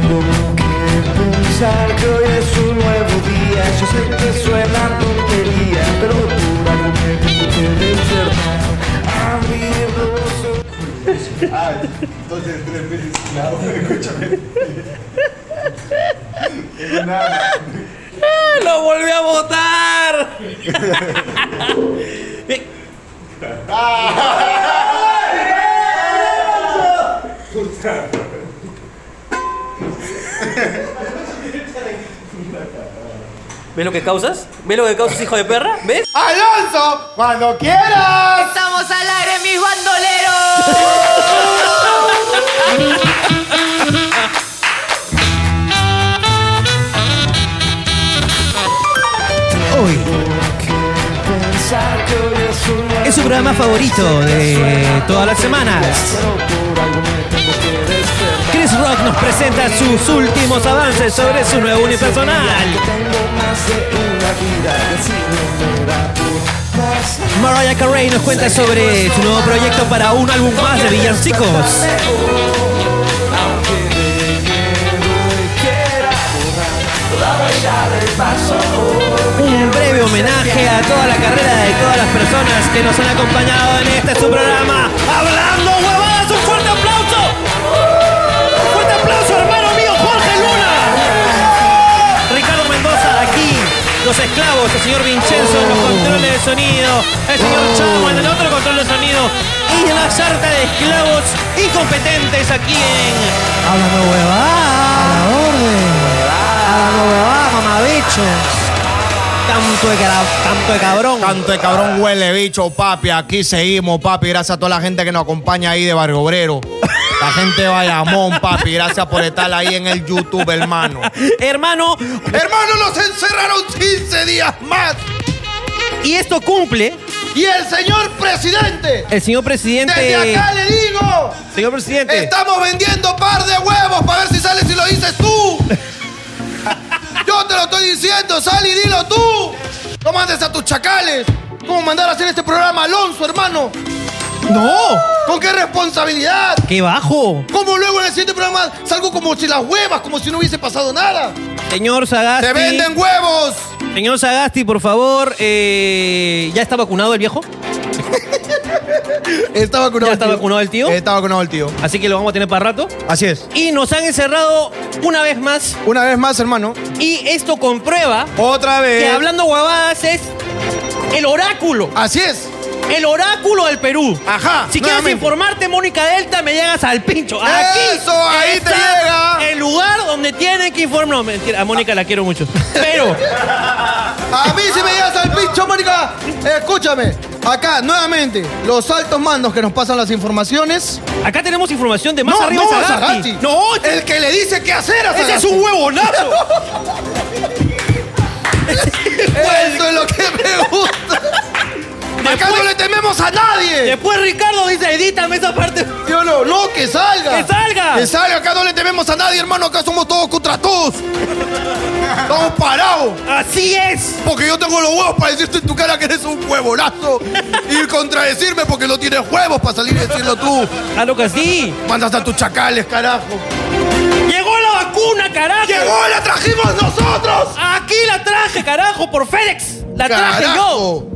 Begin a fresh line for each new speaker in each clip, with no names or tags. Tengo que pensar que hoy es un nuevo día. Yo sé que suena tontería, pero por algo me tengo que despertar. Abrir los ojos.
Ah, entonces tres veces. Claro, escúchame. Es una.
¡Lo volví a votar! ¿Ves lo que causas? ¿Ves lo que causas, hijo de perra? ¿Ves?
¡Alonso! ¡Cuando quieras!
Estamos al aire, mis bandoleros.
Hoy
Pensar que hoy es un nuevo
es su programa favorito de todas las semanas.
Pero por algo me tengo que despertar.
Chris Rock nos presenta sus últimos avances sobre su nuevo unipersonal.
Tengo más de una vida, decido me da por más.
Mariah Carey nos cuenta sobre su nuevo proyecto para un álbum más de villancicos.
Aunque de miedo y quiera borrar toda huella del paso.
Un breve homenaje a toda la carrera de todas las personas que nos han acompañado en este su programa. ¡Hablando huevadas! ¡Un fuerte aplauso! ¡Un fuerte aplauso, hermano mío, Jorge Luna! Ricardo Mendoza aquí. Los esclavos, el señor Vincenzo en los controles de sonido, el señor Chamo en el otro control de sonido y la sarta de esclavos incompetentes aquí en... ¡Hablando huevadas! ¡A la orden! ¡Hablando huevadas, mamabichos! Tanto de, cra- tanto de cabrón.
Tanto de cabrón huele, bicho, papi. Aquí seguimos, papi. Gracias a toda la gente que nos acompaña ahí de Barrio Obrero. La gente de Bayamón, papi. Gracias por estar ahí en el YouTube, hermano.
Hermano,
Hermano, nos encerraron 15 días más.
y esto cumple.
Y el señor presidente,
El señor
desde
presidente.
acá le digo,
Señor presidente.
estamos vendiendo par de huevos para ver si sale si lo dices tú. Yo te lo estoy diciendo, sal y dilo tú. No mandes a tus chacales. ¿Cómo mandar a hacer este programa, Alonso, hermano?
¡No!
¿Con qué responsabilidad?
¡Qué bajo!
¿Cómo luego en el siguiente programa salgo como si las huevas, como si no hubiese pasado nada?
Señor Sagasti.
¡Te venden huevos!
Señor Sagasti, por favor. eh, ¿Ya está vacunado el viejo?
Está
¿Ya
vacunado.
está
el tío. Eh.
vacunado el tío?
Está vacunado el tío.
Así que lo vamos a tener para rato.
Así es.
Y nos han encerrado una vez más.
Una vez más, hermano.
Y esto comprueba
Otra vez.
que hablando huevadas es el oráculo.
Así es.
El oráculo del Perú.
Ajá,
Si quieres
Ah, nuevamente.
informarte, Mónica Delta, me llegas al pincho. Aquí.
Eso, ahí te
está
llega.
El lugar donde tienen que informar. No, mentira. A Mónica la quiero mucho. Pero.
A mí si me llegas al pincho, Mónica. Escúchame. Acá, nuevamente, los altos mandos que nos pasan las informaciones.
Acá tenemos información de más
no,
arriba
no,
de Sagasti.
Sagasti.
No,
el que le dice qué hacer a
ese es
Sagasti.
un huevonazo.
Eso es lo que me gusta. Acá no le tememos a nadie.
Después Ricardo dice, edítame esa parte.
Yo no, no, que salga.
¡Que salga!
Que salga, acá no le tememos a nadie, hermano. Acá somos todos contra todos. Estamos parados.
Así es.
Porque yo tengo los huevos para decirte en tu cara que eres un huevonazo. Y contradecirme porque no tienes huevos para salir y decirlo tú.
A lo Ah, que sí.
Mandas a tus chacales, carajo.
Llegó la vacuna, carajo.
¡Llegó! ¡La trajimos nosotros!
Aquí la traje, carajo, por FedEx. La traje yo.
¡Carajo!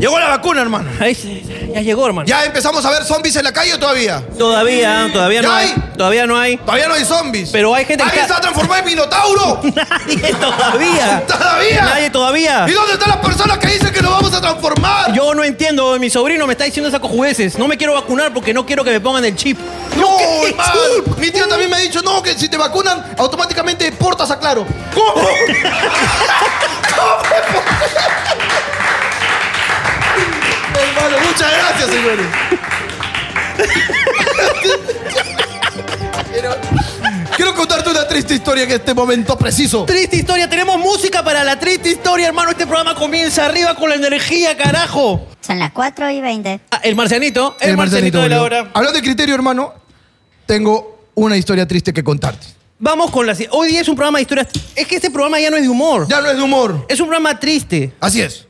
Llegó la vacuna, hermano.
Ahí se- ya llegó, hermano.
¿Ya empezamos a ver zombies en la calle o todavía?
Todavía, todavía no
¿Ya
hay.
hay?
Todavía no hay.
Todavía no hay zombies.
Pero hay gente que
¿Alguien
está-
se ha transformado en minotauro?
Nadie todavía.
¿Todavía?
Nadie todavía.
¿Y dónde están las personas que dicen que nos vamos a transformar?
Yo no entiendo, mi sobrino me está diciendo esas cojudeces. No me quiero vacunar porque no quiero que me pongan el chip.
No,
¿qué?
hermano. Mi tía también me ha dicho, no, que si te vacunan, automáticamente portas a claro. ¿Cómo? ¿Cómo? hermano, muchas gracias, señores. Pero Quiero contarte una triste historia en este momento preciso.
Triste historia, tenemos música para la triste historia, hermano. Este programa comienza arriba con la energía, carajo.
Son las 4 y 20.
Ah, el marcianito, el, marcianito, de la
boludo.
hora.
Hablando de criterio, hermano, tengo una historia triste que contarte.
Vamos con las. Hoy día es un programa de historias. Es que este programa ya no es de humor.
Ya no es de humor.
Es un programa triste.
Así es.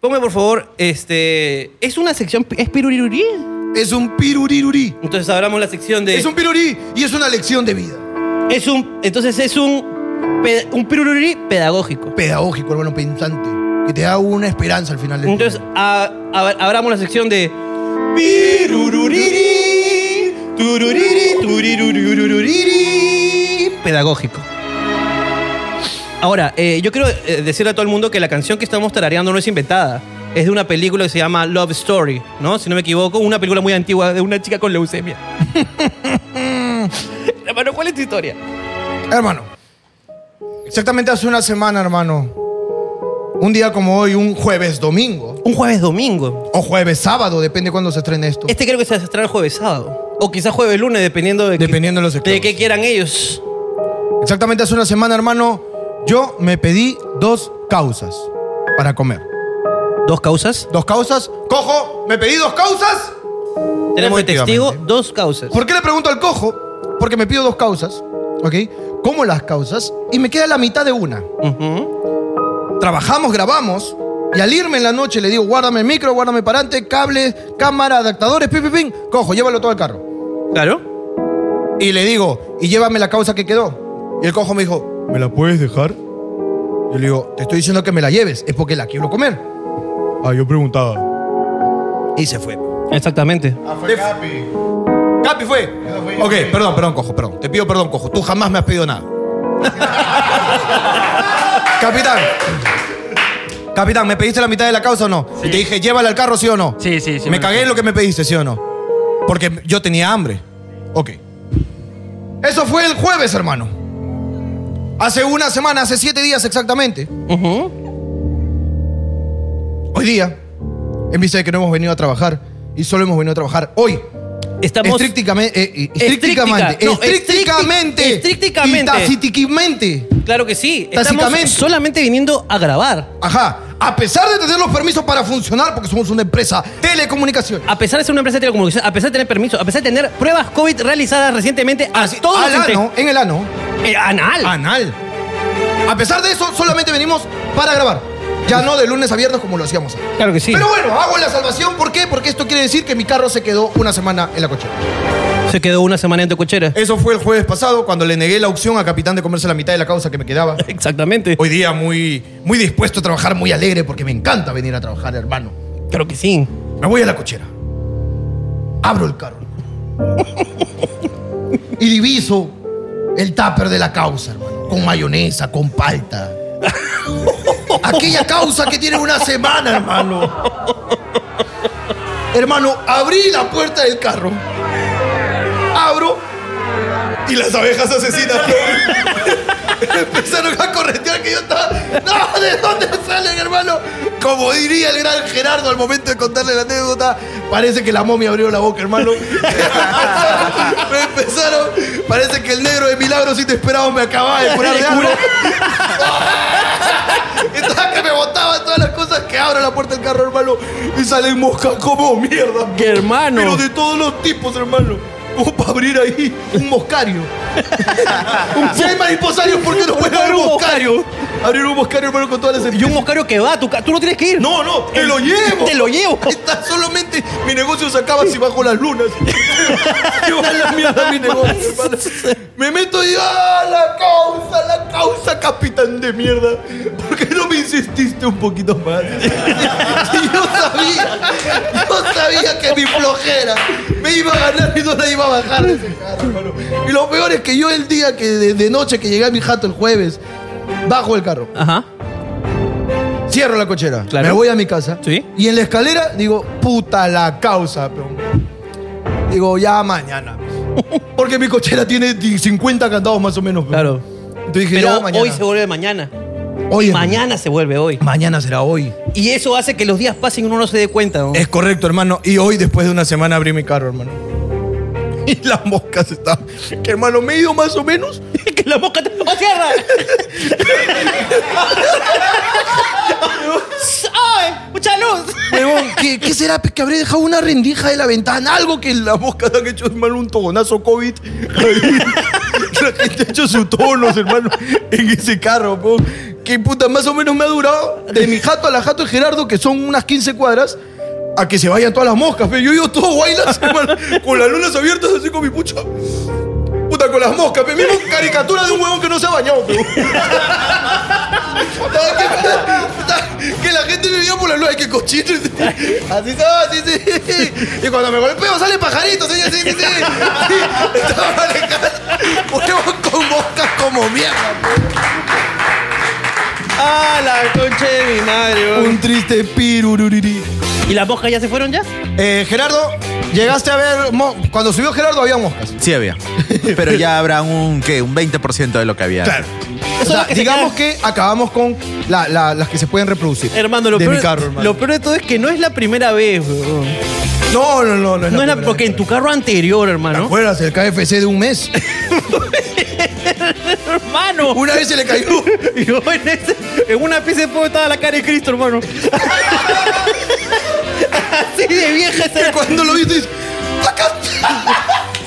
Ponme, por favor, este. Es una sección. pi- ¿Es pirurirurí?
Es un pirurirurí.
Entonces hablamos la sección de.
Es un pirurí y es una lección de vida.
es un- entonces es un. ped- un pirurirurí pedagógico.
Pedagógico, hermano pensante. Que te da una esperanza al final del
Entonces a- a- abramos la sección de. Pirurirurí. Tururiri, turiruriruriruri, Pedagógico. Ahora, eh, yo quiero eh, decirle a todo el mundo que la canción que estamos tarareando no es inventada. Es de una película que se llama Love Story, ¿no? Si no me equivoco, una película muy antigua de una chica con leucemia. Hermano, ¿cuál es tu historia?
Hermano, exactamente hace una semana, hermano. Un día como hoy, un jueves domingo.
Un jueves domingo.
O jueves sábado, depende cuándo se estrene esto.
Este creo que se estrena el jueves sábado. O quizás jueves lunes, dependiendo de, qué-
Dependiendo de los
de
sectores.
qué quieran ellos.
Exactamente hace una semana, hermano, yo me pedí dos causas para comer.
¿Dos causas?
¿Dos causas? Cojo, me pedí dos causas.
Tenemos de testigo
Efectivamente.
dos causas.
¿Por qué le pregunto al cojo? Porque me pido dos causas, ¿ok? Como las causas y me queda la mitad de una.
Ujú.
Trabajamos, grabamos y al irme en la noche le digo, guárdame el micro, guárdame parante, cables, cámara, adaptadores, pim, pim, pim. Cojo, llévalo todo al carro.
Claro.
Y le digo, y llévame la causa que quedó. Y el cojo me dijo, ¿me la puedes dejar? Yo le digo, te estoy diciendo que me la lleves, es porque la quiero comer. Ah, yo preguntaba. Y se fue.
Exactamente.
De- Capi fue. Ok, perdón, perdón, cojo, perdón. Te pido perdón, cojo. Tú jamás me has pedido nada. Capitán. Capitán, ¿me pediste la mitad de la causa o no? Y te dije, llévala al carro, ¿sí o no?
Sí, sí, sí,
Me
me
cagué
lo-
en lo que me pediste, ¿sí o no? Porque yo tenía hambre. Ok. Eso fue el jueves, hermano. Hace una semana, hace siete días exactamente.
Ujú.
Hoy día, en vista de que no hemos venido a trabajar y solo hemos venido a trabajar hoy,
Estamos.
Estrictamente, eh, eh,
Estrictica,
estricticamente,
no,
estricticamente,
estricticamente.
y tacitiquamente.
Claro que sí. Estamos
Tácitamente.
solamente viniendo a grabar.
Ajá, a pesar de tener los permisos para funcionar, porque somos una empresa telecomunicación.
A pesar de ser una empresa de telecomunicaciones, a pesar de tener permiso, a pesar de tener pruebas COVID realizadas recientemente
Ah,
a todos los inte-
en el ano,
Eh, anal.
anal. A pesar de eso, solamente venimos para grabar. Ya no de lunes a viernes como lo hacíamos antes.
Claro que sí.
Pero bueno, hago la salvación. ¿Por qué? Porque esto quiere decir que mi carro se quedó una semana en la cochera.
Se quedó una semana en tu cochera.
Eso fue el jueves pasado, cuando le negué la opción a Capitán de comerse la mitad de la causa que me quedaba.
Exactamente.
Hoy día muy, muy dispuesto a trabajar, muy alegre, porque me encanta venir a trabajar, hermano.
Claro que sí.
Me voy a la cochera. Abro el carro. y diviso el tupper de la causa, hermano. Con mayonesa, con palta. Aquella causa que tiene una semana, hermano. Hermano, abrí la puerta del carro. Abro. Y las abejas asesinas empezaron a corretear que yo estaba. ¡No! ¿De dónde salen, hermano? Como diría el gran Gerardo al momento de contarle la anécdota, parece que la momia abrió la boca, hermano. me empezaron. Parece que el negro de milagros inesperados me acababa de curar de algo. Estaba que me botaban todas las cosas que abro la puerta del carro, hermano. Y salen moscas como mierda.
Que hermano.
Pero de todos los tipos, hermano. Como para abrir ahí un moscario. Un- si hay mariposarios, ¿por qué no puede haber un moscario? Abrir un moscario, hermano, con todas las
Y un moscario que va, a tu ca- tú no tienes que ir. Eh,
No, no, te lo llevo.
Te lo llevo.
Está solamente mi negocio se acaba si bajo las lunas. Yo a la mierda mi negocio, hermano. Me meto y ¡ah! La causa, la causa, capitán de mierda. ¿Por qué no me insististe un poquito más? Si yo sabía, yo sabía que mi flojera me iba a ganar y no la iba a bajar de ese carro, hermano. Y lo peor es que yo el día que de, de noche que llegué a mi jato el jueves, bajo el carro.
Ajá.
Cierro la cochera.
Claro.
Me voy a mi casa.
Sí.
Y en la escalera digo, puta la causa, peón. Digo, ya mañana. pues. Porque mi cochera tiene di- 50 candados más o menos. peón.
Claro.
Entonces dije,
Pero
ya mañana.
hoy se vuelve mañana.
Hoy es
Mañana se vuelve hoy.
Mañana será hoy.
Y eso hace que los días pasen y uno no se dé cuenta. ¿no?
Es correcto, hermano. Y hoy, después de una semana, abrí mi carro, hermano. Y las moscas están. Que hermano, me he ido más o menos.
que la mosca te ¡Oh, cierra! ¡Ay! ¡Mucha luz!
Huevón, ¿qué, qué será? pe? Que habré dejado una rendija de la ventana. Algo que las moscas han hecho, hermano, un togonazo COVID.
La gente ha hecho sus tonos, hermano, en ese carro, po. Que puta, más o menos me ha durado de mi jato a la jato de Gerardo, que son unas 15 cuadras, a que se vayan todas las moscas, pe. Yo ido todo guaylas, hermano, con las lunas abiertas, así con mi pucha. Puta, con las moscas, pe. Mismo caricatura de un huevón que no se ha bañado, pe. Puta, que, puta, que la gente me veía por la luz, ay, que cochino. Así estaba, así, sí. Y cuando me golpeo, sale pajarito, sí, sí, sí. sí. Sí, Estaba manejando. Huevón con moscas como mierda.
¡Ah, la concha de mi madre, weón!
Un triste pirururiri.
¿Y las moscas ya se fueron ya?
Eh, Gerardo, llegaste a ver. mo- cuando subió Gerardo había moscas.
Sí había. Pero ya habrá un, ¿qué? Un 20% de lo que había.
O
Eso es
sea,
lo que se
digamos que acabamos con la- la- las que se pueden reproducir.
Hermano, lo,
de
peor,
mi carro, hermano.
lo peor de todo es que no es la primera vez, weón.
No, no, no, no.
No es la,
primera
porque
vez.
en tu carro anterior,
¿Te
hermano.
acuerdas el KFC de un mes?
hermano.
Una vez se le cayó.
Yo en, ese- en una pieza de fuego estaba la cara de Cristo, hermano. Así de vieja
Que
esa.
cuando lo viste, dices, acá,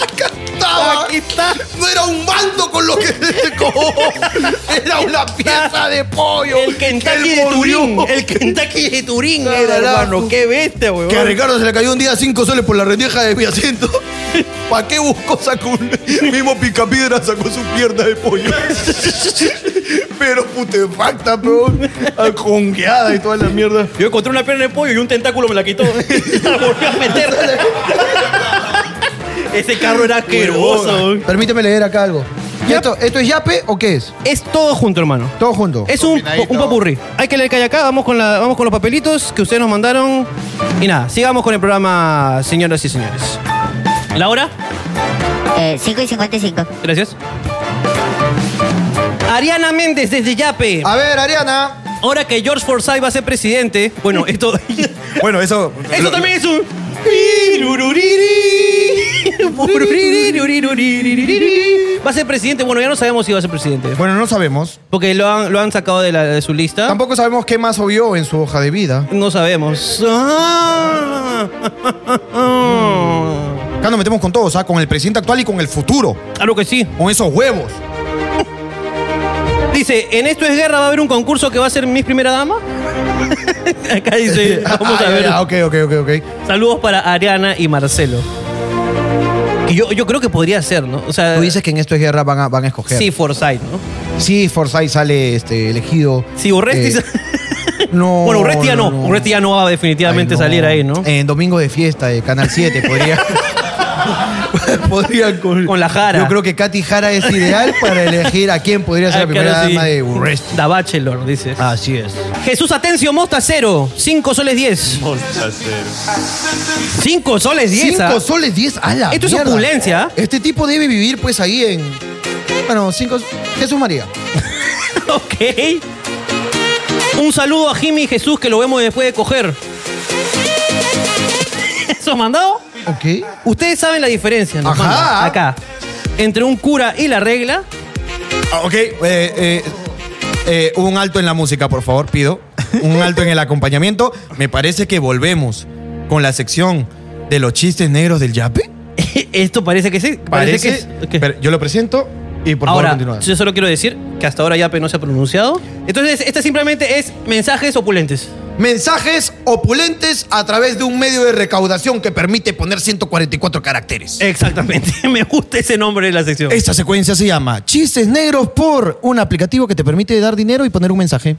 acá estaba.
Aquí está.
No era un bando con lo que se secó. Era una pieza de pollo.
El Kentucky
Él
de
murió.
Turín. El Kentucky de Turín,
Ah,
era,
la-
hermano. Qué bestia, weón.
Que a Ricardo se le cayó un día cinco soles por la rendija de mi asiento. ¿Para qué buscó? Sacó un mismo picapiedra, sacó su pierna de pollo. Pero putefacta, peón. Acongueada y toda la mierda.
Yo encontré una pierna de pollo y un tentáculo me la quitó. la volvió a meter. Ese carro era asqueroso. weón.
Permíteme leer acá algo. ¿Y esto, esto es yape o qué es?
Es todo junto, hermano.
Todo junto.
Es un, un papurri. Hay que leer que hay acá. Vamos con, la, vamos con los papelitos que ustedes nos mandaron. Y nada, sigamos con el programa, señoras y señores. Laura,
Eh, 5 y 55.
gracias. Ariana Méndez desde Yape.
A ver, Ariana.
Ahora que George Forsyth va a ser presidente. Bueno, esto. eso
Bueno, eso. lo-
también es un. Va a ser presidente. Bueno, ya no sabemos si va a ser presidente.
Bueno, no sabemos.
Porque lo han, lo han sacado de, la- de su lista.
Tampoco sabemos qué más obvió en su hoja de vida.
No sabemos. Claro
Acá nos metemos con todo, o sea, con el presidente actual y con el futuro.
que sí.
Con esos huevos.
Dice, en esto es guerra va a haber un concurso que va a ser Miss Primera Dama. Acá dice, vamos a
Ah,
ver.
ya, ok, ok, ok, ok.
Saludos para Ariana y Marcelo. Que yo, yo creo que podría ser, ¿no? O sea,
Tú dices que en esto es guerra van a, van a escoger.
sí, Forsyth, ¿no?
Sí, Forsyth sale este, elegido.
Sí, Urresti.
Eh, Oh, no.
bueno, Urresti ya no. Urresti ya no va a definitivamente
Ay, no. Eh,
salir ahí, ¿no?
En Domingo de Fiesta de Canal 7 podría. podrían con,
Con la Jara.
Yo creo que Katy Jara es ideal para elegir a quién podría ser
Ah,
la primera
claro, sí.
dama de Ah. Urresti.
Da Bachelor, dice.
Así es.
Jesús Atencio Mosta cero. 5 soles 10. Mosta 0. 5 soles ¿ah? 10.
Cinco soles 10 a la
Esto es
mierda.
opulencia, ¿ah?
Este tipo debe vivir pues ahí en. Bueno, cinco. Jesús María.
Ok. Un saludo a Jimmy y Jesús que lo vemos después de coger. ¿Eso mandado?
Ok.
Ustedes saben la diferencia, nos
Ajá.
manda acá. Entre un cura y la regla.
Ah, ok, eh, eh, eh, un alto en la música, por favor, pido. Un alto en el acompañamiento. Me parece que volvemos con la sección de los chistes negros del Yape.
Esto parece que sí.
Parece,
que, que-
pero yo lo presento y por
Ahora,
favor continúa.
yo solo quiero decir que hasta ahora Yape no se ha pronunciado. Entonces, este simplemente es mensajes opulentes.
Mensajes opulentes a través de un medio de recaudación que permite poner 144 caracteres.
Exactamente. Me gusta ese nombre de la sección.
Esta secuencia se llama Chistes Negros por un aplicativo que te permite dar dinero y poner un mensaje.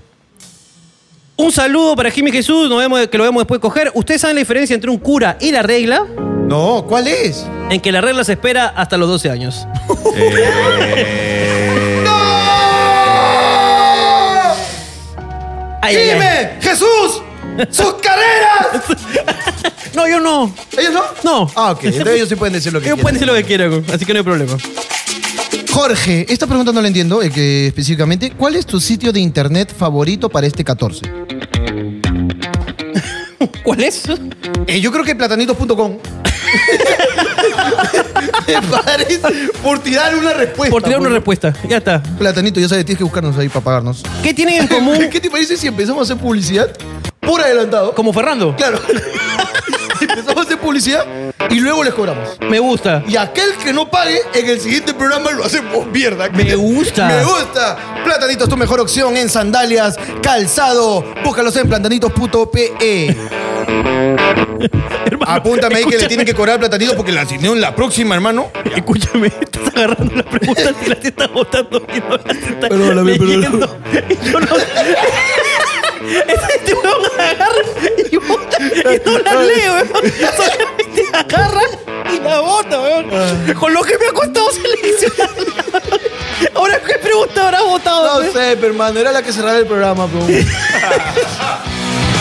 Un saludo para Jimmy Jesús, nos vemos, que lo vemos después de coger. ¿Ustedes saben la diferencia entre un cura y la regla?
No, ¿cuál es?
En que la regla se espera hasta los 12 años.
Eh.
Ay, ay, ay.
¡Dime! ¡Jesús! ¡Sus carreras!
No, yo no.
¿Ellos no?
No.
Ah, ok. Entonces ellos sí pueden decir lo que
Ellos
quieran.
pueden decir lo que quieran, así que no hay problema.
Jorge, esta pregunta no la entiendo eh, que específicamente. ¿Cuál es tu sitio de internet favorito para este 14?
¿Cuál es?
Eh, yo creo que platanitos.com. Me parece por tirar una respuesta.
Por tirar una
pues.
respuesta. Ya está.
Platanito, ya sabes, tienes que buscarnos ahí para pagarnos.
¿Qué tienen en común?
¿Qué te parece si empezamos a hacer publicidad por adelantado?
Como Fernando.
Claro. empezamos a hacer publicidad y luego les cobramos.
Me gusta.
Y aquel que no pague, en el siguiente programa lo hacemos mierda.
Me gusta.
Me gusta. Platanitos, tu mejor opción en sandalias, calzado. Búscalos en platanitos.pe.
Hermano,
Apúntame ahí que le
escúchame,
tienen que cobrar platanitos porque la asigné en la próxima, hermano.
Escúchame, estás agarrando la pregunta y la estás botando y no la estás
Perdóname,
leyendo. Y yo no... Ese te weón agarra y bota y no la lee, weón. Solamente agarra y la bota, weón. Con lo que me ha costado seleccionarla. Ahora, ¿qué pregunta habrá votado?
No
weón?
sé, pero, hermano, era la que cerraba el programa, pero.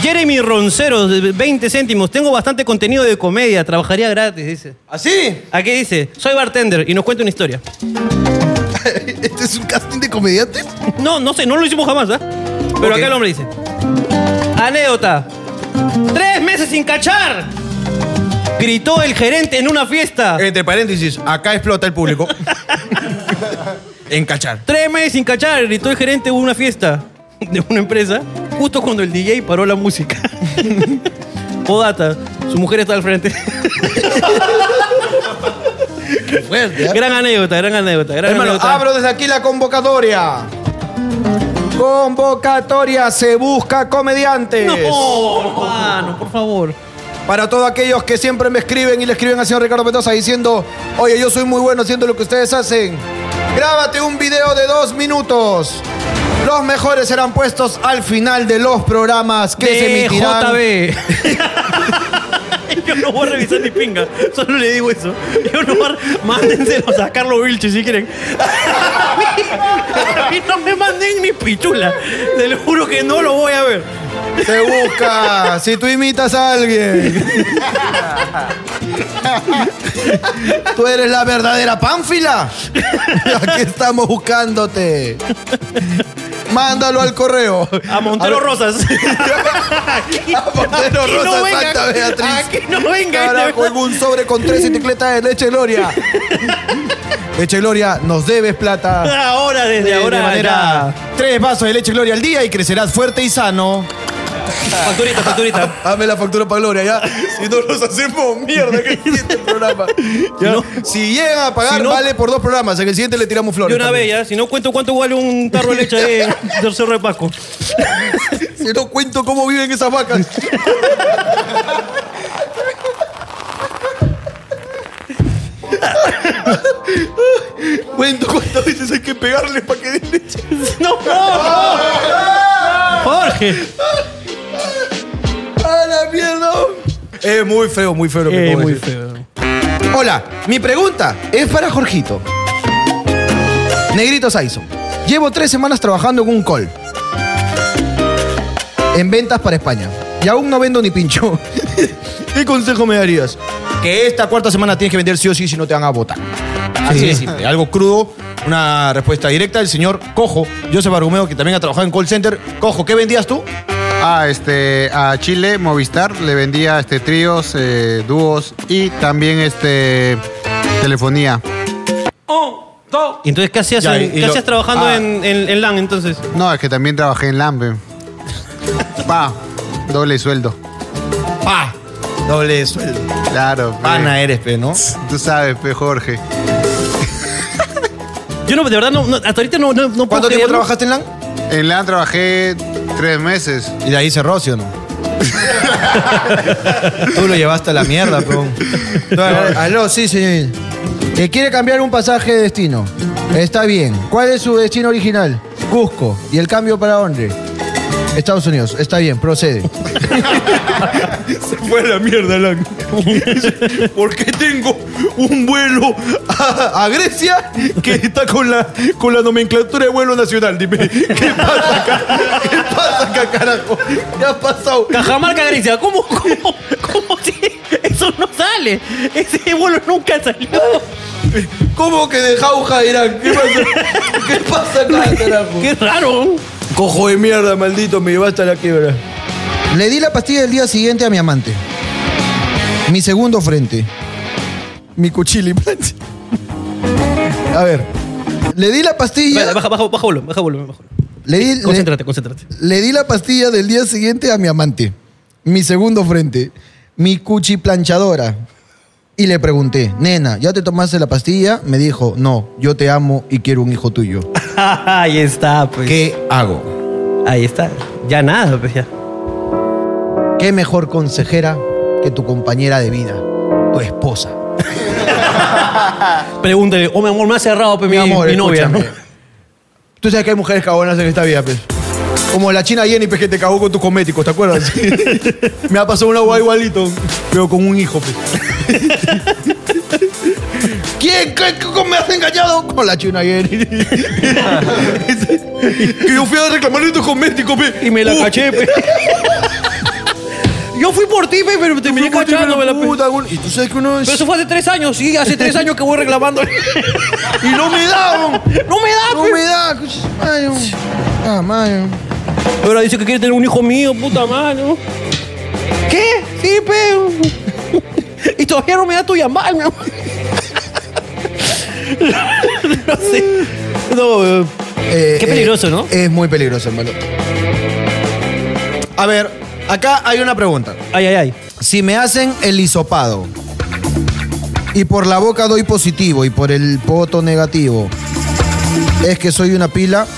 Jeremy Roncero, de 20 céntimos. Tengo bastante contenido de comedia, trabajaría gratis, dice.
¿Así?
¿A qué dice? Soy bartender y nos cuenta una historia.
¿Este es un casting de comediantes?
No, no sé, no lo hicimos jamás, ¿ah? Pero
Ok.
acá el hombre dice. Anécdota. Tres meses sin cachar. Gritó el gerente en una fiesta.
Entre paréntesis, acá explota el público. en cachar.
Tres meses sin cachar. Gritó el gerente en una fiesta de una empresa. Justo cuando el DJ paró la música. Podata. Su mujer está al frente. ¿ah?
Fuerte, ¿eh?
gran anécdota, gran anécdota, gran
Hermano,
anécdota.
abro desde aquí la convocatoria. Convocatoria se busca comediantes.
No, hermano, por favor.
Para todos aquellos que siempre me escriben y le escriben al señor Ricardo Mendoza diciendo, oye, yo soy muy bueno haciendo lo que ustedes hacen. Grábate un video de dos minutos. Los mejores serán puestos al final de los programas que se emitirán.
JB. Eh, Yo no voy a revisar ni pinga, solo le digo eso. Yo no voy a... Mándenselos a Carlos Vilche si quieren. A mí, a mí no me manden ni pichula. Te lo juro que no lo voy a ver.
Se busca si tú imitas a alguien. tú eres la verdadera pánfila. Aquí estamos buscándote. Mándalo al correo.
A Montero
ver.
Rosas.
A Montero
Aquí
Rosas, Santa Beatriz.
Aquí no venga.
Carajo, en un sobre con tres bicicletas de leche Gloria. Leche Gloria, nos debes plata.
Ahora, desde
De, de
ahora.
manera, tres vasos de leche Gloria al día y crecerás fuerte y sano.
ya. Facturita, facturita.
Dame la factura para Gloria, ya. Si no los hacemos mierda, que el siguiente programa. Ya.
No.
Si llegan a pagar,
Si no-
vale por dos programas. En el siguiente le tiramos
De
flores.
una vez
también.
ya, si no cuento cuánto vale un tarro de leche ahí en Tercero de Pasco.
Si no cuento cómo viven esas vacas. cuento cuántas veces hay que pegarles para que den leche.
No, no, no. Jorge.
¡A la mierda! Es muy feo, muy feo lo que
Eh,
acabo de
muy
decir.
feo.
Hola, mi pregunta es para Jorgito. Negrito Saison. Llevo tres semanas trabajando en un call. En ventas para España. Y aún no vendo ni pincho. ¿Qué consejo me darías? Que esta cuarta semana tienes que vender sí o sí si no te van a votar. Así de simple. Algo crudo, una respuesta directa del señor Cojo, Joseph Argumeo, que también ha trabajado en call center. Cojo, ¿qué vendías tú?
A, este, a Chile, Movistar, le vendía este, tríos, eh, dúos y también este, telefonía.
¿Y entonces qué hacías,
Ya,
en-
y
qué
lo-
hacías trabajando
ah.
en, en- en LAN entonces?
No, es que también trabajé en Lambe. Pa, doble sueldo.
¡Pa! Doble sueldo.
Claro. pe.
Pana eres, pe, ¿no?
Tú sabes, pe, Jorge.
Yo no, de verdad, no, no, hasta ahorita no, no, no puedo
¿Cuánto tiempo
creerlo.
trabajaste en LAN?
En LAN trabajé tres meses.
Y de ahí cerró, ¿sí o no? Tú lo llevaste a la mierda, peón. aló, sí, señor. Eh, quiere cambiar un pasaje de destino. Está bien. ¿Cuál es su destino original? Cusco. ¿Y el cambio para dónde? Estados Unidos. Está bien, procede. Se fue a la mierda, Lan. ¿Por qué tengo un vuelo a, a Grecia que está con la, con la nomenclatura de vuelo nacional? Dime, ¿qué pasa acá? ¿Qué pasa acá, carajo? ¿Qué ha pasado?
Cajamarca, Grecia. ¿Cómo, cómo, cómo? se- Eso no sale. Ese vuelo nunca salió.
¿Cómo que de Jauja a Irán? ¿Qué pasa? ¿Qué pasa acá, carajo?
Qué raro.
Cojo de mierda, maldito, me llevaste a la quiebra. Le di la pastilla del día siguiente a mi amante. Mi segundo frente. Mi cuchillo implante. A ver. Le di la
Baja,
pastilla.
baja, baja, volumen, baja volumen. baja volumen.
Le di, le-
Concéntrate, concéntrate.
le di la pastilla del día siguiente a mi amante. Mi segundo frente. mi cuchiplanchadora. Y le pregunté, nena, ¿ya te tomaste la pastilla? Me dijo, no, yo te amo y quiero un hijo tuyo.
Ahí está, pues.
¿Qué hago?
Ahí está. Ya nada, pues ya.
¿Qué mejor consejera que tu compañera de vida, tu esposa?
Pregúntale, oh mi amor, me ha cerrado pues, mi, mi novia.
escúchame. Tú sabes que hay mujeres cagonas en esta vida, pues. Como la china Jenny, pues, que te cagó con tus cosméticos, ¿te acuerdas? Me ha pasado una guay igualito, pero con un hijo, pues.
¿Quién? ¿Qué- qué- ¿Cómo me has engañado?
Con la china Jenny. que yo fui a reclamarle tus cosméticos, pues.
Y me la caché, pues. Yo fui por ti, pues, pero terminé cachándome la pues.
Puta, güey. Y tú sabes que uno es...
Pero eso fue hace tres años, sí, hace tres años que voy reclamando.
Y no me daban.
No me da,
No
pues.
me da. coño, Mayo. Ah, mayo.
Ahora dice que quiere tener un hijo mío, puta mano. ¿Qué? Sí, pero. y todavía no me da tu llamada, mi amor. no sé. No, eh,
Eh,
Qué
eh,
peligroso, ¿no?
Es muy peligroso, hermano. A ver, acá hay una pregunta.
ay, ay, ay.
Si me hacen el hisopado y por la boca doy positivo y por el poto negativo, ¿es que soy una pila?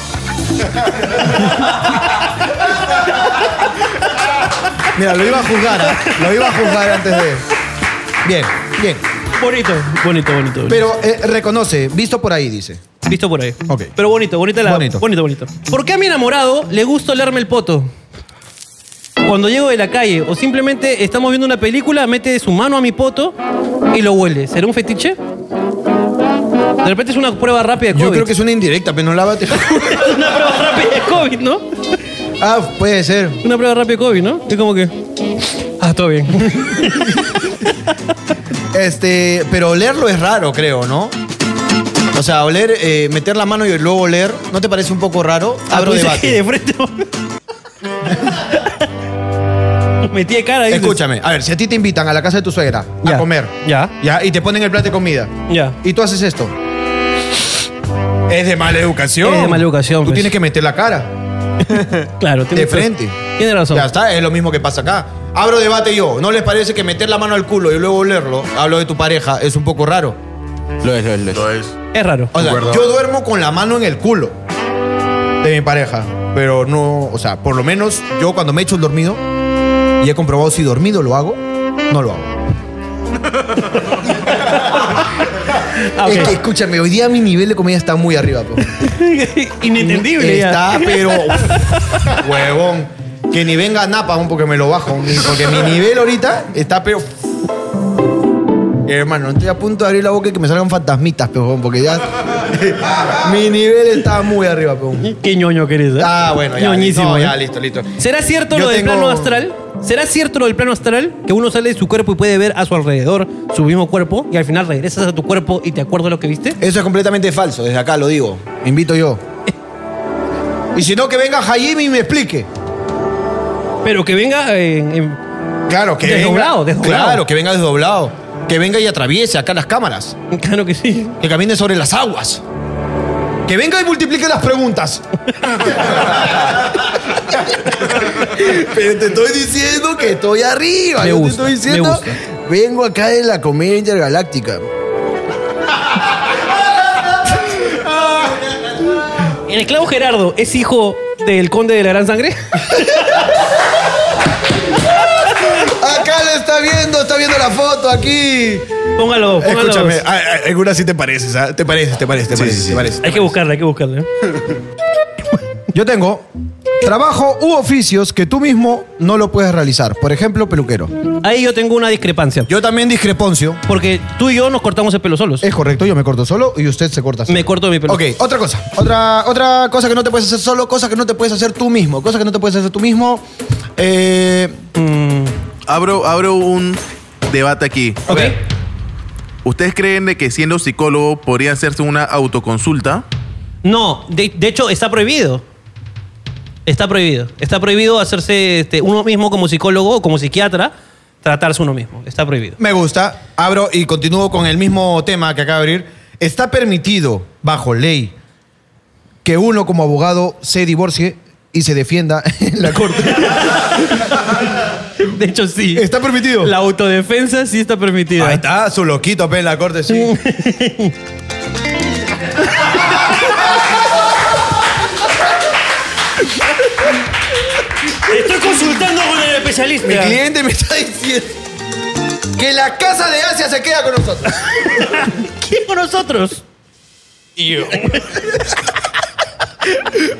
Mira, lo iba a juzgar, ¿ah? lo iba a juzgar antes de... Bien, bien.
Bonito, bonito, bonito. bonito.
Pero eh, reconoce, visto por ahí, dice.
Visto por ahí.
Ok.
Pero bonito, bonita la.
Bonito.
bonito, bonito. ¿Por qué a mi enamorado le gusta olerme el poto? Cuando llego de la calle o simplemente estamos viendo una película, mete su mano a mi poto y lo huele. ¿Será un fetiche? De repente es una prueba rápida de COVID.
Yo creo que es una indirecta, pero no la va a tener.
es una prueba rápida de COVID, ¿no?
Ah, puede ser.
Una prueba rápida de COVID, ¿no? Es como que. Ah, todo bien.
Este, pero olerlo es raro, creo, ¿no? O sea, oler, eh, meter la mano y luego oler, ¿no te parece un poco raro?
Ah,
Abro
tú dices
debate.
que de frente. Metí de cara. dices.
Escúchame, a ver, si a ti te invitan a la casa de tu suegra
Ya.
a comer,
Ya.
ya, y te ponen el plato de comida,
Ya.
y tú haces esto. Es de mala educación.
Es de mala educación,
Tú
pues.
tienes que meter la cara
Claro,
de
tienes-
frente.
Tienes razón.
Ya está, es lo mismo que pasa acá. Abro debate yo. ¿No les parece que meter la mano al culo y luego olerlo, hablo de tu pareja, es un poco raro?
Lo es, lo es, lo es.
Es raro.
O sea,
acuerdo.
yo duermo con la mano en el culo de mi pareja, pero no, o sea, por lo menos yo cuando me echo el dormido y he comprobado si dormido lo hago, no lo hago.
Ah, ok.
Es que, escúchame, hoy día mi nivel de comida está muy arriba. po.
Inentendible. ya.
Está, pero uf, huevón, que ni venga Napa aún porque me lo bajo, ni- porque mi nivel ahorita está pero Hermano, estoy a punto de abrir la boca y que me salgan fantasmitas, peón, porque ya mi nivel está muy arriba, peón.
Qué ñoño que eres, ¿eh?
Ah, bueno, ya.
Ñoñísimo,
no, ya,
¿eh?
listo, listo.
¿Será cierto
Yo
lo del
tengo-
plano astral? ¿Será cierto lo del plano astral? Que uno sale de su cuerpo y puede ver a su alrededor su mismo cuerpo y al final regresas a tu cuerpo y te acuerdas lo que viste.
Eso es completamente falso, desde acá lo digo. Invito yo. Y si no, que venga Jaime y me explique.
Pero que venga eh, en-
Claro, que
Desdoblado,
venga.
desdoblado.
Claro, que venga desdoblado. Que venga y atraviese acá las cámaras.
en- Claro que sí.
Que camine sobre las aguas. Que venga y multiplique las preguntas. Pero te estoy diciendo que estoy arriba.
Me
Yo
gusta,
te estoy diciendo.
me gusta.
Vengo acá de la comida intergaláctica.
¿El esclavo Gerardo es hijo del conde de la gran sangre?
Acá lo está viendo, está viendo la foto aquí.
póngalo,
Eh,
póngalo.
Escúchame,
Hay
a-
ah,
a- algunas sí te pareces, ¿ah? Te pareces, te pareces, te pareces, te pareces.
que buscarla, hay que ¿eh? buscarla.
Yo tengo trabajo u oficios que tú mismo no lo puedes realizar. Por ejemplo, peluquero.
Ahí yo tengo una discrepancia.
Yo también discreponcio.
Porque tú y yo nos cortamos el pelo solos.
Es correcto, yo me corto solo y usted se corta solo.
Me corto mi pelo.
Eh, Ok, otra cosa. Otra, otra cosa que no te puedes hacer solo, cosa que no te puedes hacer tú mismo. Cosa que no te puedes hacer tú mismo. Eh,
Abro, abro un debate aquí.
Ok.
¿Ustedes creen de que siendo psicólogo podría hacerse una autoconsulta?
No, de, de hecho está prohibido. Está prohibido. Está prohibido hacerse este, uno mismo como psicólogo o como psiquiatra, tratarse uno mismo. Está prohibido.
me gusta. Abro y continúo con el mismo tema que acaba de abrir. Está permitido, bajo ley, que uno como abogado se divorcie y se defienda en la corte.
De hecho, sí.
¿Está permitido?
La ¿eh? autodefensa sí está permitida.
Ahí está, su loquito, pe, en la corte, sí.
Estoy consultando con el especialista.
Mi cliente me está diciendo que la casa de Asia se queda con nosotros.
¿Quién con nosotros?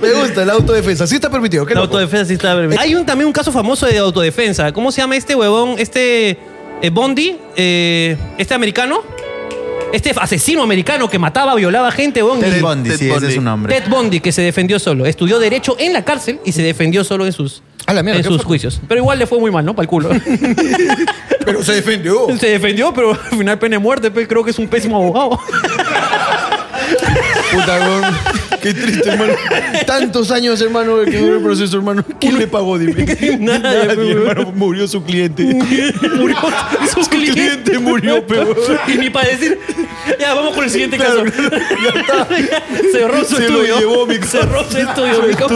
Me gusta la autodefensa. Sí está permitido. ¿Qué
La
loco.
autodefensa sí está permitida. Hay un, también un caso famoso de autodefensa. ¿Cómo se llama este huevón? Este eh, Bondi, eh, este americano, este asesino americano que mataba, violaba gente, huevón.
Ted
y-
Bundy, sí, ese es su nombre.
Ted Bundy, que se defendió solo. Estudió derecho en la cárcel y se defendió solo en sus,
A Ah, la mierda,
en
qué
sus
fuerte.
juicios. Pero igual le fue muy mal, ¿no? Para el culo.
Pero se defendió.
se defendió, pero al final pena de muerte. pues, creo que es un pésimo abogado.
Puta, weón. Qué triste, hermano. Tantos años, hermano, que duró el proceso, hermano. ¿Quién le pagó? Dime.
Nadie,
Nadie,
weón.
hermano. Murió su cliente.
murió su, cliente.
cliente murió, pe, huevón.
Y ni para decir. Ya, vamos con el siguiente
Claro,
caso. Cerró su
Se lo
estudio.
llevó mi casa.
Cerró su estudio, mi compa.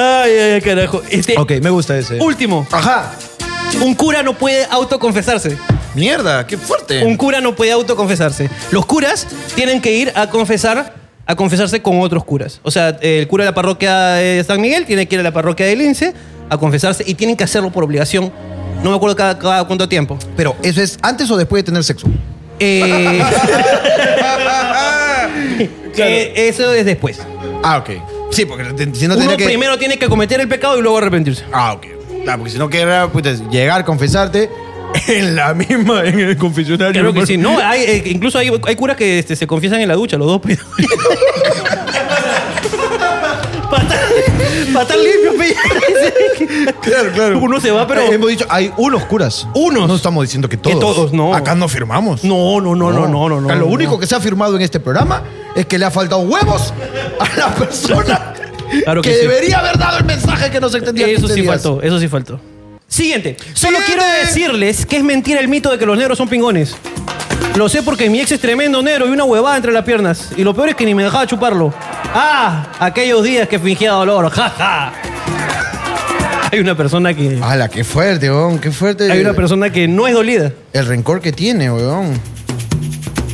Ay, ay, ay, carajo. Este,
Ok, me gusta ese.
Último.
Ajá.
Un cura no puede autoconfesarse.
Mierda, qué fuerte.
Un cura no puede autoconfesarse. Los curas tienen que ir a confesar a confesarse con otros curas. O sea, el cura de la parroquia de San Miguel tiene que ir a la parroquia de Lince a confesarse y tienen que hacerlo por obligación. No me acuerdo cada, cada cuánto tiempo.
Pero, ¿eso es antes o después de tener sexo?
Eh, eh, eso es después.
Ah, ok. Sí, porque te- si no
Uno
tenía que.
primero tiene que cometer el pecado y luego arrepentirse.
Ah, ok. Ah, porque si no querrá, puta, llegar, confesarte en la misma, en el confesionario.
Claro que sí. No,
hermano.
hay, eh, incluso hay, hay curas que este, se confiesan en la ducha, los dos. pe. Para estar- para estar limpio, pe.
Claro, claro.
Uno se va, pero-
Eh, Hemos dicho, hay unos curas.
Unos.
No estamos diciendo que todos.
todos, no.
Acá no firmamos.
No, no, no, no, no, no.
Acá lo
no,
único
no.
que se ha firmado en este programa es que le ha faltado huevos a la persona
Claro que
que,
sí.
debería haber dado el mensaje que nos entendía.
Eso
15
sí
días.
faltó, eso sí faltó. Siguiente. Solo
Siguiente.
quiero decirles que es mentira el mito de que los negros son pingones. Lo sé porque mi ex es tremendo negro y una huevada entre las piernas. Y lo peor es que ni me dejaba chuparlo. ¡Ah! Aquellos días que fingía dolor. ¡Ja, ja! Hay una persona que...
Ala, qué fuerte, weón, qué fuerte.
Hay una persona que no es dolida.
El rencor que tiene, weón.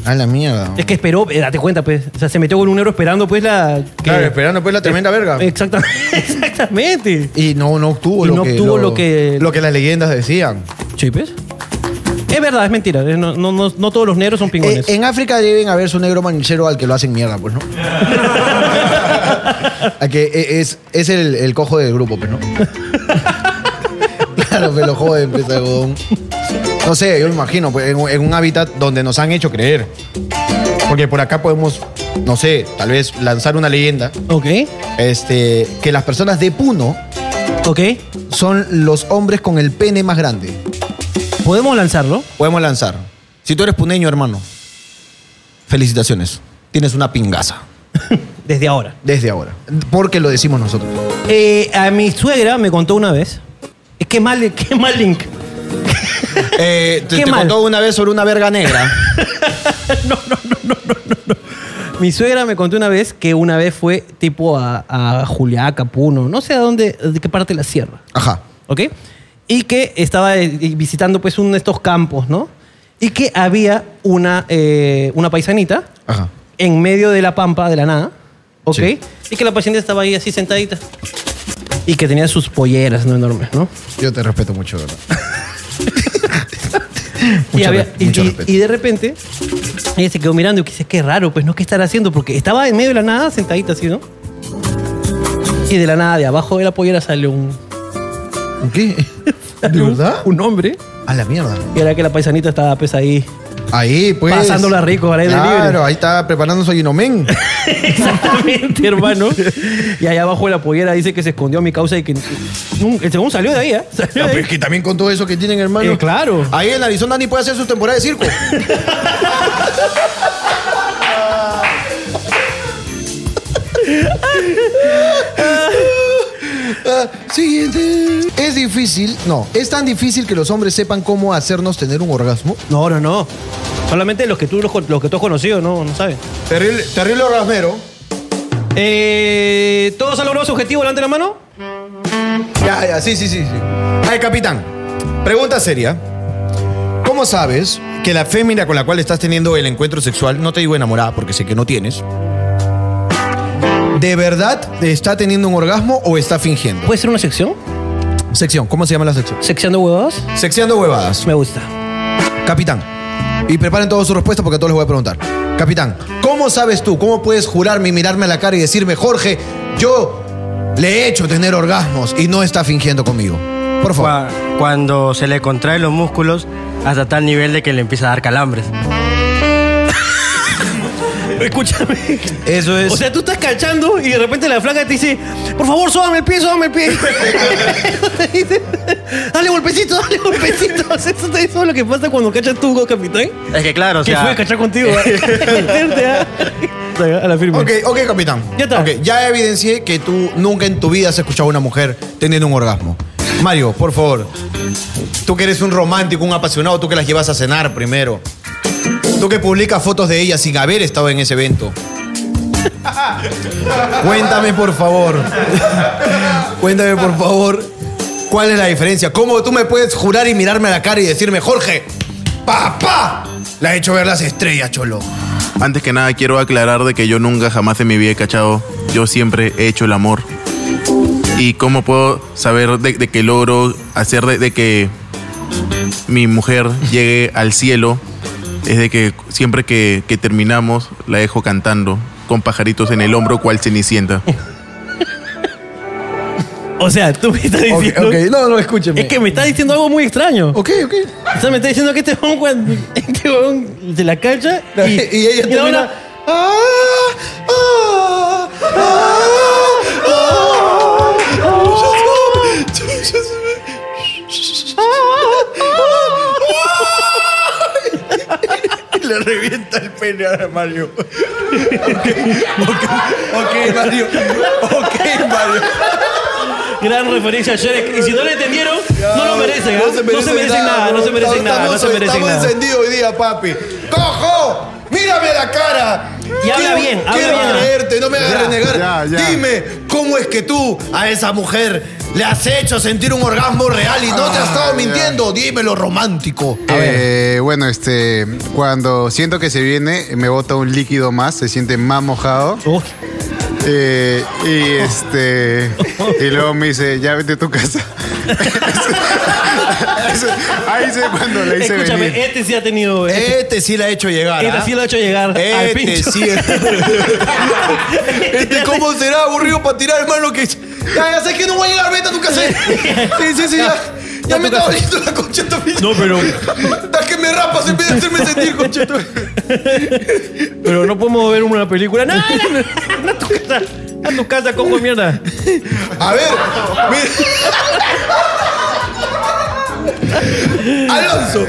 A la mierda. weón.
Es que esperó, eh, date cuenta, pues. O sea, se metió con un negro esperando, pues, la. que-
Claro, esperando, pues, la tremenda verga.
Exactamente. Exactamente.
Y no, no obtuvo,
Y
lo,
no
que,
obtuvo lo que-
lo que las leyendas decían.
Chipes. Es verdad, es mentira. Eh, No, no, no, no todos los negros son
Eh,
pingones.
en África deben haber su negro manicero al que lo hacen mierda, pues, ¿no? al que e- es, es el, el cojo del grupo, pues, ¿no? claro, me lo joden, pues, huevón. No sé, yo me imagino, pues, en, un- en un hábitat donde nos han hecho creer. Porque por acá podemos, no sé, tal vez lanzar una leyenda.
Ok,
Este, que las personas de Puno
ok.
son los hombres con el pene más grande.
¿Podemos lanzarlo?
Podemos lanzar. Si tú eres puneño, hermano, felicitaciones. Tienes una pingaza.
Desde ahora.
Desde ahora. Porque lo decimos nosotros.
Eh, a mi suegra me contó una vez. Es que mal, qué mal link.
Eh, te
Qué
te
mal.
contó una vez sobre una verga negra.
Mi suegra me contó una vez que una vez fue tipo a, a Juliaca, Puno, no sé a dónde, de qué parte de la sierra.
Ajá.
¿ok? Y que estaba eh, visitando pues uno de estos campos, ¿no? Y que había una, eh, una paisanita
Ajá.
en medio de la pampa de la nada, ¿ok?
Sí.
Y que la paciente estaba ahí así sentadita y que tenía sus polleras, ¿no? Enormes, ¿no?
Yo te respeto mucho, de ¿verdad?
y,
Mucho
había-
re-
y-
mucho
y-
respeto.
y de repente ella se quedó mirando y que dice, qué raro, pues no, ¿qué estará haciendo? Porque estaba en medio de la nada, sentadita así, ¿no? Y de la nada, de abajo de la pollera salió un,
¿Qué? ¿De verdad?
un hombre.
A la mierda.
Y era que la paisanita estaba pues ahí
Ahí, pues.
Pasándola rico, al aire
Claro,
libre.
ahí está preparando su ayunomen.
Exactamente, hermano. Y allá abajo de la pollera dice que se escondió a mi causa y que. Nun- El segundo salió de ahí, ¿eh? Salió de ahí.
Pues que también con todo eso que tienen, hermano.
Eh, claro.
Ahí en Arizona ni puede hacer su temporada de circo. Ah, Siguiente. Es difícil, no, es tan difícil que los hombres sepan cómo hacernos tener un orgasmo.
No, no, no. Solamente los que tú los, con- los que tú has conocido, no, no sabes.
Terrible, terrible orgasmero.
Eh, ¿Todos han logrado su objetivo? Levante la mano.
Ya, ya, sí, sí, sí. sí. A ver, capitán. Pregunta seria. ¿Cómo sabes que la fémina con la cual estás teniendo el encuentro sexual, no te digo enamorada porque sé que no tienes, de verdad está teniendo un orgasmo o está fingiendo?
¿Puede ser una sección?
Sección, ¿cómo se llama la sección?
¿Seccionando huevadas?
Seccionando huevadas.
Me gusta.
Capitán, y preparen todas sus respuestas porque a todos les voy a preguntar. Capitán, ¿cómo sabes tú? ¿Cómo puedes jurarme y mirarme a la cara y decirme, Jorge, yo le he hecho tener orgasmos y no está fingiendo conmigo? Por favor.
Cua- Cuando se le contraen los músculos hasta tal nivel de que le empieza a dar calambres.
Escúchame.
Eso es.
O sea, tú estás cachando y de repente la flaca te dice, por favor, sóbame el pie, sóbame el pie. dale golpecito, dale golpecito. O sea, Eso te- eso es lo que pasa cuando cachas tú, capitán.
Es que claro, o
que
sea-
fue a cachar contigo. ¿eh? ¿ah? A la firma.
Ok, ok, capitán. Ya ya evidencié que tú nunca en tu vida has escuchado a una mujer teniendo un orgasmo. Mario, por favor. Tú que eres un romántico, un apasionado, tú que las llevas a cenar primero. Tú que publicas fotos de ellas sin haber estado en ese evento. Cuéntame, por favor. Cuéntame, por favor. ¿Cuál es la diferencia? ¿Cómo tú me puedes jurar y mirarme a la cara y decirme, Jorge, papá, la he hecho ver las estrellas, cholo?
Antes que nada, quiero aclarar de que yo nunca jamás en mi vida he cachado. Yo siempre he hecho el amor. ¿Y cómo puedo saber de, de que logro hacer de, de que mi mujer llegue al cielo? Es de que siempre que, que terminamos la dejo cantando, con pajaritos en el hombro, cual cenicienta.
O sea, tú me estás diciendo.
ok, no, no, escúcheme.
Es que me estás diciendo algo muy extraño.
Ok, ok.
O sea, me estás diciendo que este huevón cuando- este huevón de la cacha y,
Y ella
y ahora-
termina- ah, Le revienta el pene a Mario. Ok, ok, ok, Mario. Ok, Mario.
Gran referencia a Shrek. Y si no lo entendieron, no lo merecen. ¿ah? No se merecen, nada, no se merecen nada, no se merecen
estamos
nada.
encendidos hoy día, papi. ¡Cojo! ¡Mírame la cara!
Y habla bien, habla
quiero
bien.
creerte, no me hagas
Ya,
renegar.
ya, ya.
Dime, ¿cómo es que tú a esa mujer le has hecho sentir un orgasmo real y no te has estado
Ah, ya.
mintiendo? Dímelo romántico.
Eh, bueno, este, cuando siento que se viene, me bota un líquido más, se siente más mojado.
Oh.
Eh, y este, y luego me dice, ya vete a tu casa. Ahí sé cuando le hice
Escúchame,
venir.
este sí ha tenido. Este,
Este sí la ha hecho llegar.
este
¿ah?
sí lo ha hecho llegar al
Este
pincho.
sí. este, ¿cómo será aburrido para tirar, hermano? Que... Ya, ya sé que no voy a llegar, vete a tu casa. Sí, sí, sí, ya. Ya me está doliendo la concha de tu vida.
No, pero,
Da que me rapas en vez de hacerme sentir, concha de tu vida.
pero no podemos ver una película. No, no, no, no, a tu casa. A tu casa, cojo de mierda.
A ver, mira. Alonso,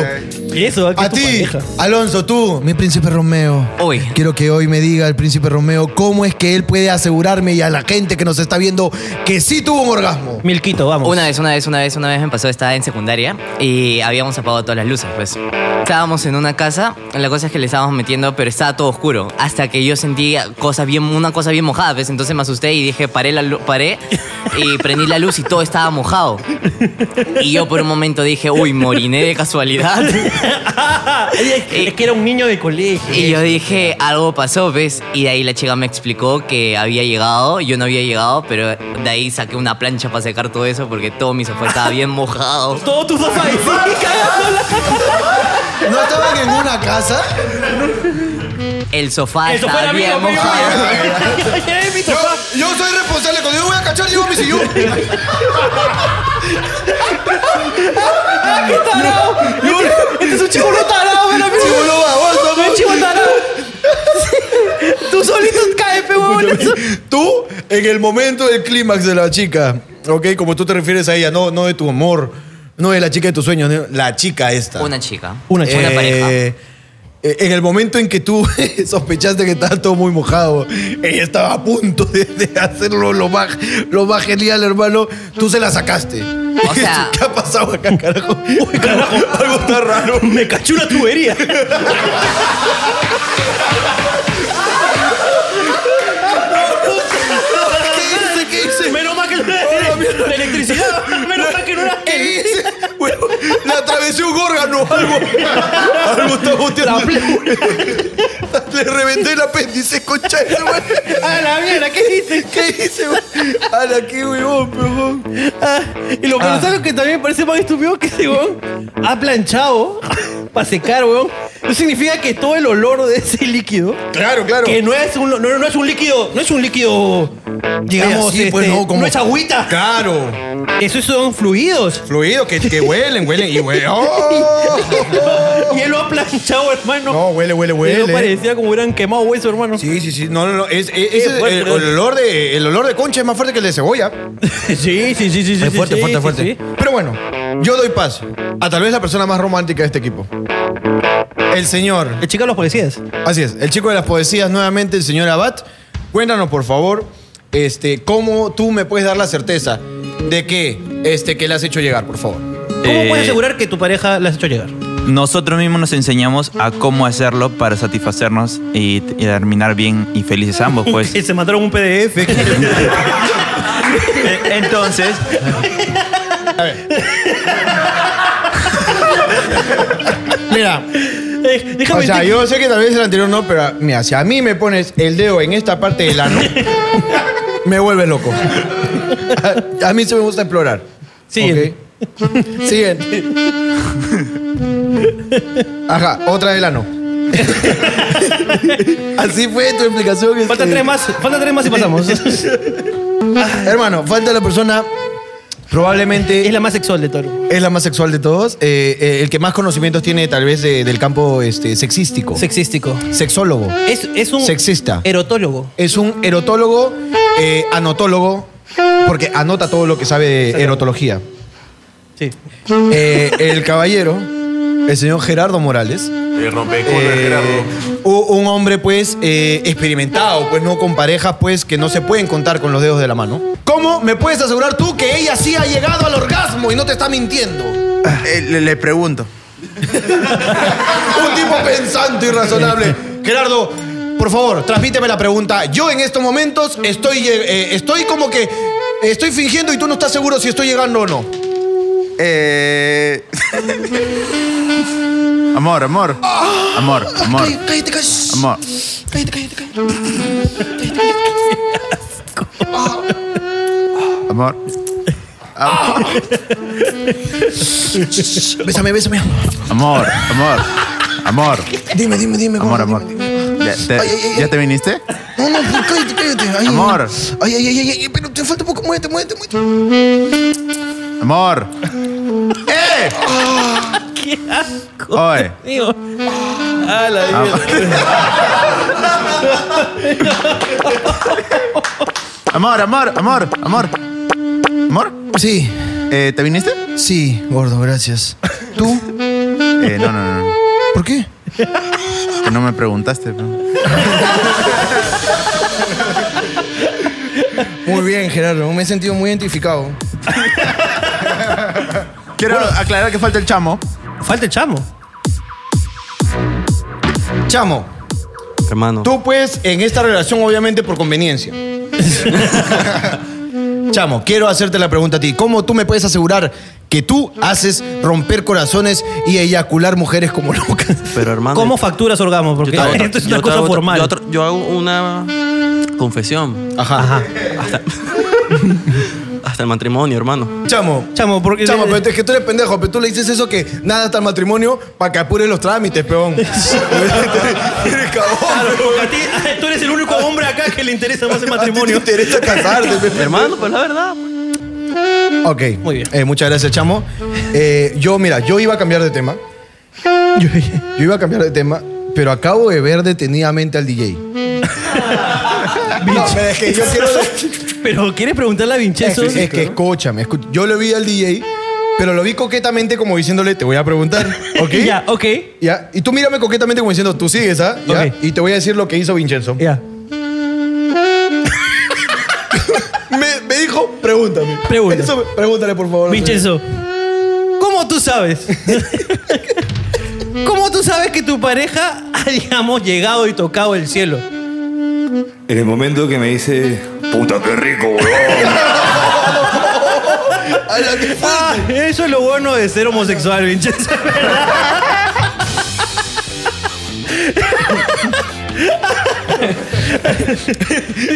Y eso, aquí
a
tu
ti,
pareja.
Alonso, tú, mi príncipe Romeo. Hoy. Quiero que hoy me diga el príncipe Romeo cómo es que él puede asegurarme y a la gente que nos está viendo que sí tuvo un orgasmo.
Milquito, vamos.
Una vez, una vez, una vez, una vez me pasó, estaba en secundaria y habíamos apagado todas las luces, pues. Estábamos en una casa, la cosa es que le estábamos metiendo, pero estaba todo oscuro, hasta que yo sentí cosas bien, una cosa bien mojada, pues. Entonces me asusté y dije, paré, la lu- paré y prendí la luz y todo estaba mojado. Y yo por un momento dije, uy, moriné de casualidad.
Es que era un niño de colegio.
Y yo dije, algo pasó, ¿ves? Y de ahí la chica me explicó que había llegado, yo no había llegado, pero de ahí saqué una plancha para secar todo eso porque todo mi sofá estaba bien mojado.
Todo tu papá y sí,
¿No estaban en una casa?
El sofá
Eso
estaba
fue
Ah, bien
amigo,
mojado.
Yo, yo soy responsable, cuando yo voy a cachar, llevo mi sillón.
Este es un chibolo tarado, pero amigo.
Chibolo baboso,
Un chibolo tarado. Tú solito caes, pe, huevón.
Tú, en el momento del clímax de la chica, ¿ok? Como tú te refieres a ella, no, no de tu amor, no de la chica de tus sueños, no, la chica esta.
Una chica.
Una chica.
Una pareja.
Eh, En el momento en que tú sospechaste que estaba todo muy mojado, ella estaba a punto de, de hacerlo lo más, lo más genial, hermano, tú se la sacaste.
O sea-
¿Qué ha pasado acá, carajo? Uy, carajo, algo está raro.
Me cachó una tubería. Oh,
apareció un órgano, algo. algo está boteando. Le reventé el apéndice, concha de su madre.
A Ah, la mierda, ¿qué dices?
¿Qué hice, güey? A la que huevón, huevón.
y lo que
Ah.
no saco que también me parece más estúpido que ese weón ha planchado para secar, weón. Eso significa que todo el olor de ese líquido.
Claro, claro.
Que no es un, no, no es un líquido. No es un líquido. Digamos,
Digamos, sí, pues
este,
no, como.
es agüita.
Claro.
Esos son fluidos.
Fluidos que, que huelen, huelen y huelen.
y él lo ha planchado, hermano. Oh. No,
huele, huele,
Pero
huele.
parecía como hubieran quemado hueso, hermano.
¿eh? Sí, sí, sí. No, no, no. Es, es- es-
Qué
pues,
fuerte,
el,
¿no?
el olor de, el olor de concha es más fuerte que el de cebolla.
sí, sí, sí, sí.
Es
sí,
fuerte,
sí,
fuerte,
sí,
fuerte.
sí.
Pero bueno, yo doy paz a tal vez la persona más romántica de este equipo. El señor.
El chico de las poesías.
Así es, el chico de las poesías nuevamente, el señor Abad. Cuéntanos, por favor, este, cómo tú me puedes dar la certeza de que, este, que le has hecho llegar, por favor.
¿Cómo puedes
Eh,
asegurar que tu pareja la has hecho llegar?
Nosotros mismos nos enseñamos a cómo hacerlo para satisfacernos y, y terminar bien y felices ambos, pues.
se mandaron un PDF.
Entonces,
Mira.
Eh, déjame
o sea,
decir-
yo sé que tal vez el anterior no, pero ah, mira, si a mí me pones el dedo en esta parte del ano, me vuelves loco. A, a mí se me gusta explorar.
Siguen.
Siguen. Ajá, otra del ano. Así fue tu explicación. este.
Falta tres más, falta tres más y pasamos.
Hermano, falta la persona. Probablemente. Es la más sexual de todos. Es la más sexual de todos. eh, eh, el que más conocimientos tiene, tal vez, de- del campo este, sexístico.
Sexístico.
Sexólogo.
Es, es un
Sexista.
erotólogo.
Es un erotólogo, eh, anotólogo, porque anota todo lo que sabe de erotología.
Sí.
Eh, el caballero, el señor Gerardo Morales.
Eh, rompe
Eh, u- un hombre, pues, eh, experimentado, pues, no con parejas, pues, que no se pueden contar con los dedos de la mano. ¿Cómo me puedes asegurar tú que ella sí ha llegado al orgasmo y no te está mintiendo?
Eh, le, le pregunto.
Un tipo pensante y razonable. Gerardo, por favor, transmíteme la pregunta. Yo en estos momentos estoy, eh, estoy como que estoy fingiendo y tú no estás seguro si estoy llegando o no.
Eh... amor, amor. Amor, amor.
Cállate, cállate, cállate.
Amor.
Cállate, cállate, cállate.
Amor.
Bésame, bésame.
Amor, amor. Amor.
Dime, dime, dime.
Amor, amor. ¿Ya te,
Ay, ay, ay,
ya
ay.
te viniste?
No, no, pero cállate, cállate. Ay,
Amor.
Ay, ay, ay, ay, ay, pero te falta poco. Muévete, muévete, muévete.
Amor.
¡Eh! ¡Qué asco!
Oye.
Digo. Ah, la
Am- Amor, amor, amor, amor. ¿Amor?
Sí.
Eh, ¿Te viniste?
Sí, gordo, gracias. ¿Tú?
Eh, no, no, no.
¿Por qué?
Que no me preguntaste. ¿no?
Muy bien, Gerardo. Me he sentido muy identificado.
Quiero aclarar que falta el chamo.
Falta el chamo.
Chamo,
Hermano.
tú pues en esta relación obviamente por conveniencia. Chamo, quiero hacerte la pregunta a ti. ¿Cómo tú me puedes asegurar que tú haces romper corazones y eyacular mujeres como locas?
Pero hermano.
¿Cómo facturas orgasmo? Porque
te hago otra-
esto es
yo
una
te
cosa
hago otra-
formal.
Yo, otra- yo hago una confesión.
Ajá.
Hasta, hasta el matrimonio, hermano.
Chamo,
chamo, porque
chamo, pero es que tú eres pendejo, pero tú le dices eso que nada hasta el matrimonio para que apures los trámites, peón. eres
Claro, porque a ti- tú eres el único hombre acá que le interesa más el matrimonio.
te interesa casarte, pe-
hermano, pues la verdad.
Ok. Muy bien. muchas gracias, chamo. Eh, yo, mira, yo iba a cambiar de tema. Yo, yo iba a cambiar de tema, pero acabo de ver detenidamente al DJ. No, pero es que yo quiero.
Pero quieres preguntarle a Vincenzo.
Es, es que escúchame, escu- yo lo vi al DJ, pero lo vi coquetamente como diciéndole, te voy a preguntar, ¿ok?
Ya, ok.
Ya, Y tú mírame coquetamente como diciendo, tú sigues, ¿ah? Ya, Y te voy a decir lo que hizo Vincenzo.
Ya.
me, me dijo, pregúntame.
Pregunta.
Eso, pregúntale, por favor.
Vincenzo, ¿cómo tú sabes? ¿Cómo tú sabes que tu pareja ha, digamos, llegado y tocado el cielo?
En el momento que me dice, puta, qué rico, weón.
Ah, eso es lo bueno de ser homosexual, Vincenzo.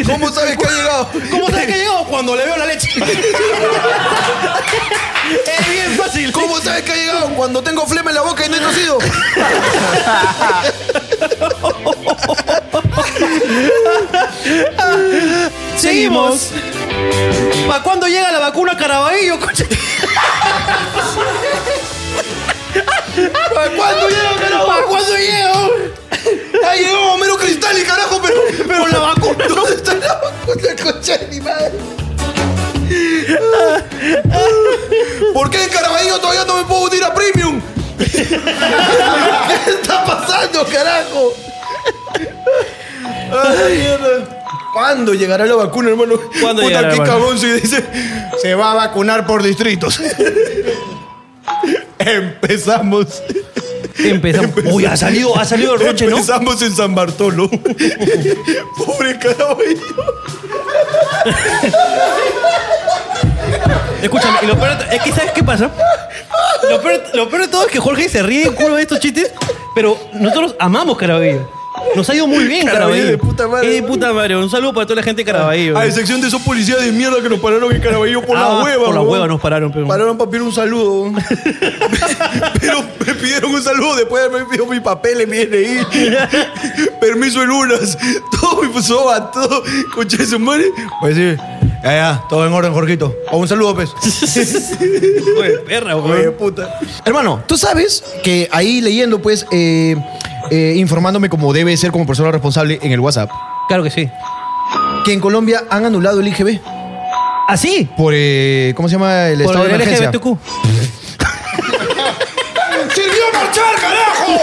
¿Cómo sabes que ha llegado?
¿Cómo sabes que ha llegado? Cuando le veo la leche.
Es bien fácil. ¿Cómo sabes que ha llegado? Cuando tengo flema en la boca y no he tosido.
Seguimos. ¿Para cuándo llega la vacuna Caraballo, coche?
¿Para cuándo llega, carajo?
¿Para cuándo llega?
Ya llegó Homero Cristal y carajo, pero, pero la vacuna. ¿Dónde está la vacuna, concha de mi madre? ¿Por qué en Caraballo todavía no me puedo unir a Premium? ¿Qué está pasando, carajo?
Ay, mierda. ¿Cuándo llegará la vacuna, hermano?
¿Cuándo
Puta,
llegará,
qué
hermano?
cagón se dice. Se va a vacunar por distritos. Empezamos.
Empezamos. Uy, ha salido, ha salido el roche, ¿no?
Empezamos en San Bartolo. Pobre caraballo.
Escúchame, y lo peor de to- es que ¿sabes qué pasa? Lo peor, lo peor de todo es que Jorge se ríe en culo de estos chistes, pero nosotros amamos Caraballo. Nos ha ido muy bien
Caraballo
Caraballo.
de puta madre.
Es de puta madre. Un saludo para toda la gente de Caraballo.
A excepción de esos policías de mierda que nos pararon en Caraballo por
Ah,
la hueva.
Por la
huevas
hueva nos pararon, pero.
Pararon para pedir un saludo. Pero me pidieron un saludo después de haberme pedido mis papeles, mi DNI, permiso de lunas, todo mi soba, todo. Concha de su madre. Pues sí. Ya, ya, todo en orden, Jorgito. O un saludo, pues.
Oye, perra, güey.
Oye, puta.
Hermano, tú sabes que ahí leyendo, pues, eh, eh, informándome como debe ser como persona responsable en el WhatsApp.
Claro que sí.
Que en Colombia han anulado el IGB.
¿Ah, sí?
Por, eh, ¿cómo se llama? El
Por
estado de
el
emergencia.
LGBTQ.
¡Sirvió marchar, carajo!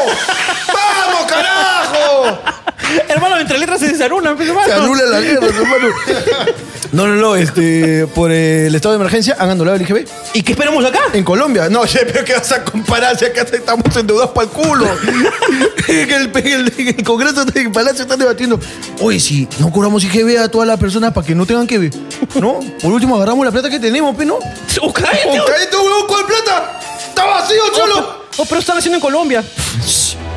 ¡Vamos, carajo!
hermano, entre letras se desanulan, pues, hermano.
Se anula la letra, hermano. No, no, no, este, por eh, el estado de emergencia han anulado el IGB.
¿Y qué esperamos acá?
En Colombia. No, oye, pero ¿qué vas a comparar si acá estamos endeudados para el culo?
En el, en el- en el Congreso, en el Palacio están debatiendo. Oye, si no curamos IGB a todas las personas para que no tengan que ver, ¿no? Por último, agarramos la plata que tenemos, pues, ¿no?
¡Oh, cállate!
¡Oh, cállate, huevón, con plata! ¡Está vacío, cholo!
Oh, pero están haciendo en Colombia.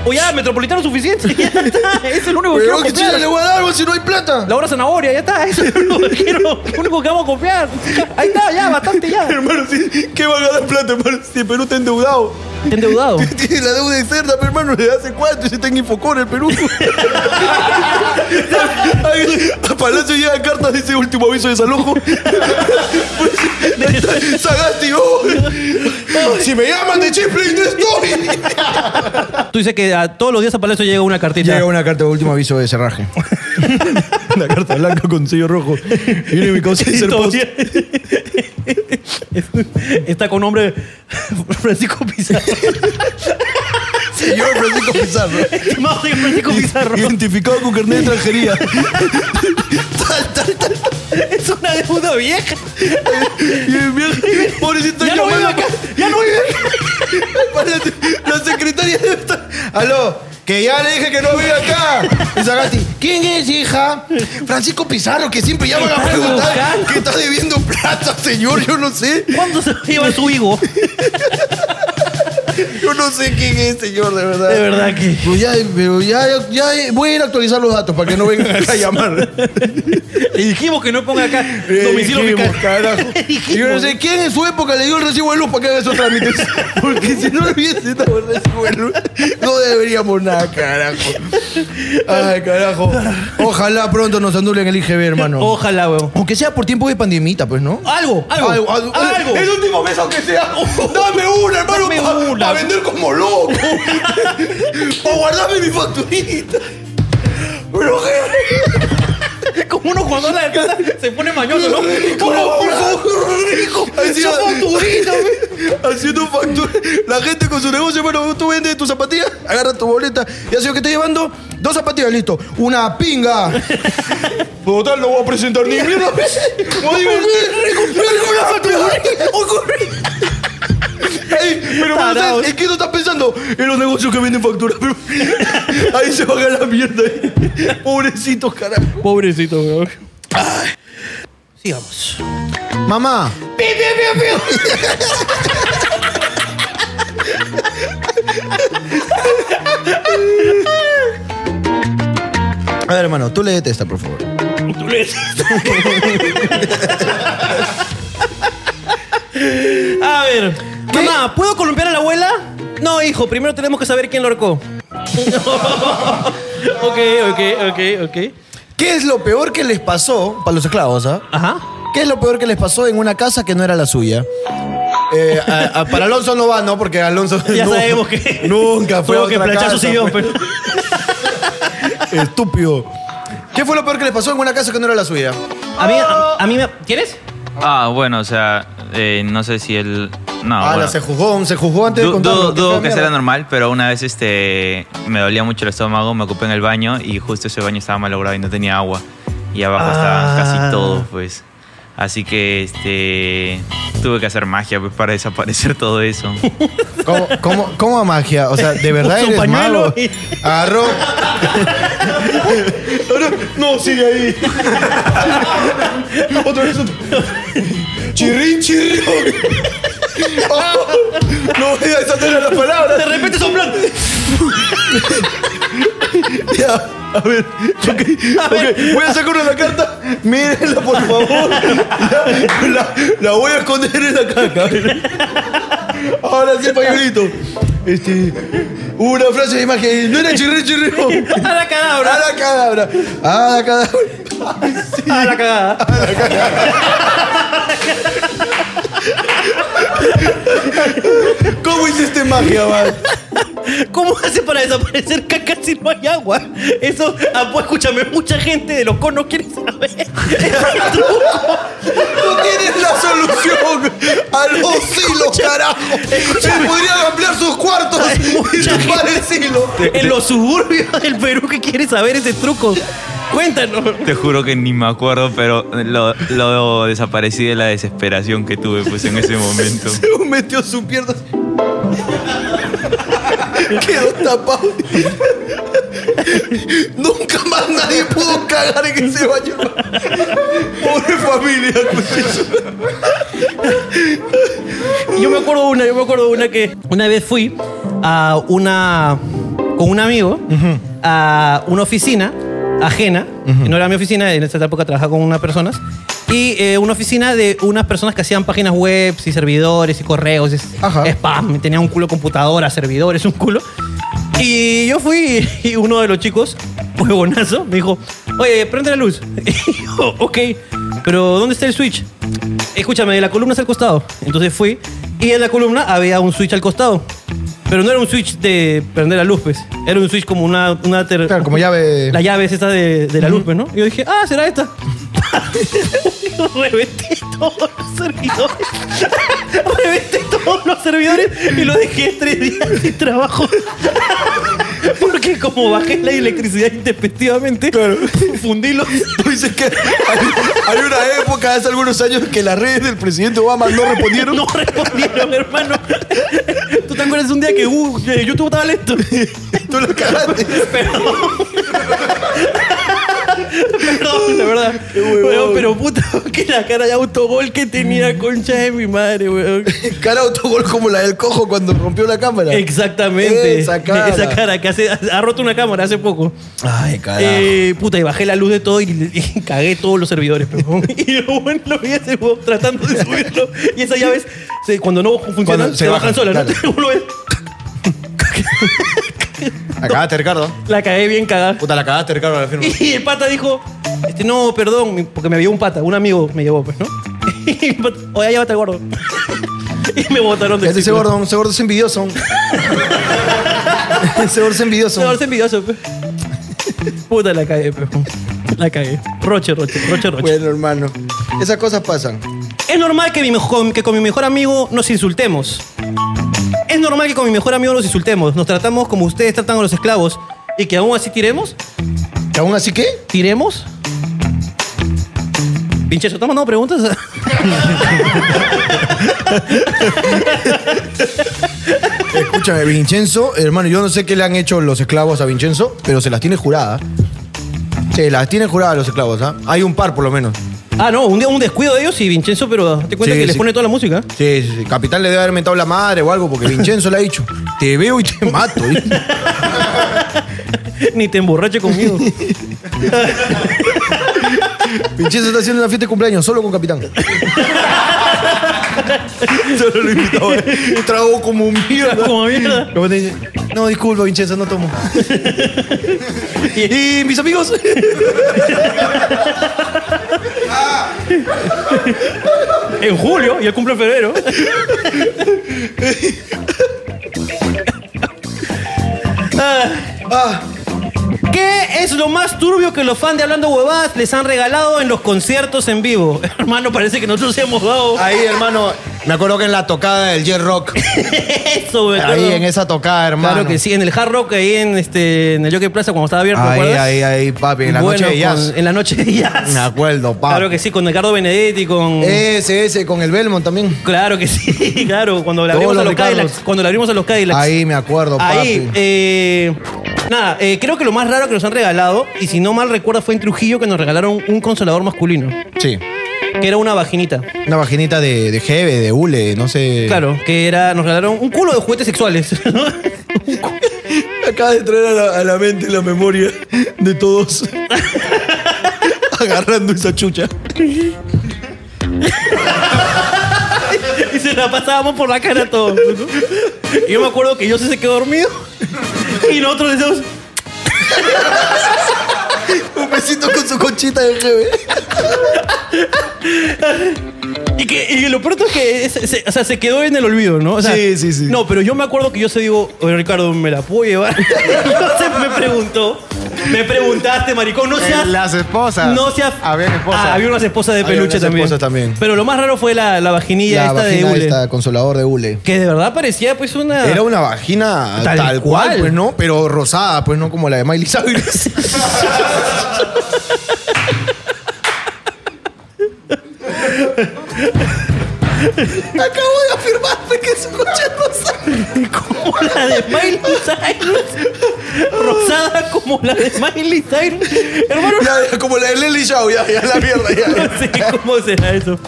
O ya, metropolitano suficiente. Ya está. Es el único que
Pero
quiero
que
comprar.
chile le voy a dar, weón, si no hay plata.
La hora zanahoria, ya está. Eso es lo que quiero. Lo único que vamos a comprar. Ahí está, ya, bastante ya.
Hermano, sí, ¿qué van a dar plata, hermano? Si Perú está endeudado.
Está endeudado.
Tiene la deuda externa, pero hermano, ¿de hace cuánto? Si está en Infocor el Perú. Ay, A Palacio llegan cartas de ese último aviso de desalojo. Pues, Sagasti, oh.
Si me llaman de Chipling, no estoy.
Tú dices que a todos los días a Palacio llega una cartita.
Llega una carta de último aviso de cerraje.
Una carta blanca con sello rojo. Viene mi causa de
Y
ser post.
todavía- Está con nombre Francisco Pizarro.
Señor Francisco Pizarro.
Estimado señor Francisco Pizarro.
Identificado con carnet de extranjería.
Es una deuda vieja.
Y el viaje, pobrecito,
Ya no vive
llamando-
acá. Ya no vive acá.
Espérate, La secretaria debe estar. Aló, que ya le dije que no vive acá.
Y Sagasti, ¿quién es, hija? Francisco Pizarro, que siempre llaman a
Está
preguntar
buscando.
que está debiendo plata, señor. Yo no sé.
¿Cuándo se va a llevar su higo?
Yo no sé quién es, señor, de verdad.
De verdad que.
Pero Pues ya, pero ya, ya voy a ir a actualizar los datos para que no vengan acá a llamar.
Le dijimos que no ponga acá domicilio
Dijimos,
fiscal.
carajo.
Le
Y
dijimos.
Yo no sé quién en su época le dio el recibo de luz para que haga esos trámites. Porque si no le hubiese dado el recibo de luz, no deberíamos nada, carajo. Ay, carajo. Ojalá pronto nos anulen el IGB, hermano.
Ojalá, weón.
Aunque sea por tiempo de pandemita, pues, ¿no?
Algo, algo. Algo. algo.
El último mes, aunque sea. Dame una, hermano,
Dame
para
una.
vender como loco. para guardarme mi facturita. Pero,
Como uno cuando la casa se pone mañoso, ¿no? Una-
por
una-
favor, rico.
Yo facturito,
Haciendo factura. La gente con su negocio, bueno, tú vendes tus zapatillas, agarra tu boleta. Ya sé que estoy llevando dos zapatillas, listo. Una pinga.
Pues,
Total, no voy a presentar ni mierda. Voy a divertir. Ey, pero pero,
Tarados.
¿sabes? ¿en qué no estás pensando? En los negocios que venden factura. pero- ahí se van a la mierda. Pobrecitos, carajo.
Pobrecito, weón. Sigamos.
Mamá.
¡Pi, pi, pi, pi!
A ver, hermano, tú léete esta, por favor. Tú léete
A ver. Mamá, ¿puedo columpiar a la abuela? No, hijo, primero tenemos que saber quién lo ahorcó. ok, ok, ok, ok.
¿Qué es lo peor que les pasó para los esclavos, ah?
Ajá.
¿Qué es lo peor que les pasó en una casa que no era la suya? Eh, a- a- para Alonso no va, ¿no? Porque Alonso
Ya
nu-
sabemos que
nunca fue a
tuvo que
otra
planchar
casa,
su sillón,
pues. Estúpido. ¿Qué fue lo peor que les pasó en una casa que no era la suya?
A mí, a, a mí me... ¿Quieres?
Ah, bueno, o sea, eh, no sé si él. No,
ah,
bueno.
la se juzgó, se juzgó antes de
Du-
contarlo.
Dudo
qué
dudo
fea
que
mierda.
sea normal, pero una vez este me dolía mucho el estómago, me ocupé en el baño y justo ese baño estaba malogrado y no tenía agua. Y abajo
Ah.
estaba casi todo, pues. Así que este tuve que hacer magia pues, para desaparecer todo eso.
¿Cómo, cómo, cómo a magia? O sea, ¿de verdad
Puso un
eres
pañuelo
mago?
y-
Agarró.
No, sigue ahí. Otra vez. Chirrin, chirrin. Oh, no voy a desatar las palabras.
De repente son blancos.
ya, a ver. ok, ok, Voy a sacar una carta. Mírenla, por favor. La, la- la voy a esconder en la caca. Ahora sí, pañuelito. Este, hubo una frase de imagen. No era chirri, chirri.
A la cadabra.
A la cadabra. A la cadabra.
A la cagada.
¿Cómo hiciste magia, man?
¿Cómo hace para desaparecer caca si no hay agua? Eso, ah, pues escúchame, mucha gente de los conos quiere saber. ese truco.
Tú tienes la solución a los hilos,
Escucha,
carajo.
escúchame.
Se podrían ampliar sus cuartos y chupar el silo.
En los suburbios del Perú que quiere saber ese truco. Cuéntanos.
Te juro que ni me acuerdo, pero lo, lo desaparecí de la desesperación que tuve pues en ese momento.
Según metió su pierna. Quedó tapado. Nunca más nadie pudo cagar en ese baño. Pobre familia.
Yo me acuerdo una, yo me acuerdo una que una vez fui a una con un amigo a una oficina ajena, que no era mi oficina, en esa época trabajaba con unas personas y eh, una oficina de unas personas que hacían páginas web y servidores y correos, es- spam, tenía un culo de computadora, servidores, un culo. Y yo fui y uno de los chicos, huevonazo, me dijo, oye, prende la luz. Y yo, ok, pero ¿dónde está el switch? Escúchame, la columna es al costado. Entonces fui y en la columna había un switch al costado. Pero no era un switch de prender la luz, pues. Era un switch como una... una claro,
como llave...
Las llaves estas de, de la luz, pues, ¿no? Y yo dije, ah, será esta. Reventé todos los servidores. Reventé todos los servidores y lo dejé tres días sin trabajo. Porque como bajé la electricidad intempestivamente, fundí los...
Dices que hay, hay una época, hace algunos años, que las redes del presidente Obama no respondieron.
No respondieron, hermano. ¿Tú te acuerdas un día que uh, que YouTube estaba lento? Tú
lo cagaste.
Perdón. Perdón, la verdad. Weón, pero puta, que la cara de autogol que tenía concha de mi madre, weón.
Cara de autogol como la del cojo cuando rompió la cámara.
Exactamente.
Esa cara.
que hace, ha roto una cámara hace poco.
Ay, carajo.
Eh, puta, y bajé la luz de todo y, y cagué todos los servidores. pe, weón. y lo bueno lo vi a ese weón tratando de subirlo. Y esas llaves, se- cuando no funcionan,
Cuando
se,
se
bajan,
bajan,
solas. ¿no? Uno ve,
La cagaste, Ricardo.
La cagué bien cagada.
Puta, la cagaste, Ricardo, a la firma.
Y el pata dijo, este, no, perdón, mi- porque me vio un pata, un amigo me llevó, pues, ¿no? Y el pata, oye, llévate al gordo. y me botaron de
Ya te dice gordo, ese gordo es envidioso. ese gordo es envidioso.
Ese gordo es envidioso, pues. Puta, la cagué, pues. La cagué. Roche, roche, roche, roche.
Bueno, hermano. Esas cosas pasan.
Es normal que, mi mejo- que con mi mejor amigo nos insultemos. Es normal que con mi mejor amigo nos insultemos. Nos tratamos como ustedes tratan a los esclavos. ¿Y que aún así tiremos?
¿Que aún así qué?
¿Tiremos? Pinchezo, ¿estás mandando preguntas?
Escúchame, Vincenzo, hermano, yo no sé qué le han hecho los esclavos a Vincenzo, pero se las tiene jurada. Se las tiene jurada los esclavos, ¿ah? Hay un par por lo menos.
Ah, no, un, día- un descuido de ellos y Vincenzo, pero te cuenta
Sí,
que les
sí.
pone toda la música.
Sí, sí, sí. Capital le debe haber mentado la madre o algo, porque Vincenzo le ha dicho, te veo y te mato.
Ni te emborrache conmigo.
Vincenzo está haciendo una fiesta de cumpleaños solo con Capitán. solo lo invitó. Trago como mierda.
como mierda.
no, disculpa, Vincenzo, no tomo. y mis amigos.
en julio y él cumple en febrero. Ah. ¿Qué es lo más turbio que los fans de Hablando Huevadas les han regalado en los conciertos en vivo? Hermano, parece que nosotros hemos dado.
Ahí, hermano, me acuerdo que en la tocada del J-Rock.
Eso, me acuerdo.
Ahí en esa tocada, hermano.
Claro que sí, en el Hard Rock, ahí en, este, en el Jockey Plaza, cuando estaba abierto. ¿te
Ahí,
acuerdas?
ahí, ahí, papi, en la
Bueno,
noche de jazz.
con- en la noche de jazz.
Me acuerdo, papi. Eh.
Claro que sí, con Ricardo Benedetti, con.
Ese, ese, con el Belmont también.
Claro que sí, claro, cuando le
Todos
abrimos a los
los Ricardos.
Cadillacs. Cuando le abrimos a los Cadillacs.
Ahí me acuerdo, papi.
Ahí, eh, nada, eh, creo que lo más raro que nos han regalado, y si no mal recuerdo, fue en Trujillo que nos regalaron un consolador masculino,
Sí.
que era una vaginita.
Una vaginita de, de jeve, de hule, no sé.
Claro, que era, nos regalaron un culo de juguetes sexuales.
Acaba de traer a la, a la mente la memoria de todos. Agarrando esa chucha.
y se la pasábamos por la cara a todos. pues, ¿no? Y yo me acuerdo que yo se quedó dormido y nosotros le decíamos,
Un besito con su conchita de jeve.
Y, que, y lo pronto es que se, se- o sea, se quedó en el olvido, ¿no? O sea,
Sí, sí, sí.
No, pero yo me acuerdo que yo se digo, oye Ricardo, ¿me la puedo llevar? Entonces me preguntó, me preguntaste, maricón, no seas...
Las esposas.
No seas...
Habían esposas.
Eh, Ah, había unas esposas de
Había
peluche
unas
también.
esposas también.
Pero lo más raro fue la, la vaginilla
La
esta de
vagina
hule.
esta, consolador de hule.
Que de verdad parecía pues una...
Era una vagina
Tal
tal, cual,
cual.
pues no, pero rosada, pues no como la de Miley Cyrus.
Acabo de afirmar que su concha es rosada.
Como la de Miley Cyrus. Rosada como la de Miley Cyrus. Hermano.
Ya, ya, como la de Lily Shaw, ya, ya, la mierda, ya.
No sé cómo será eso.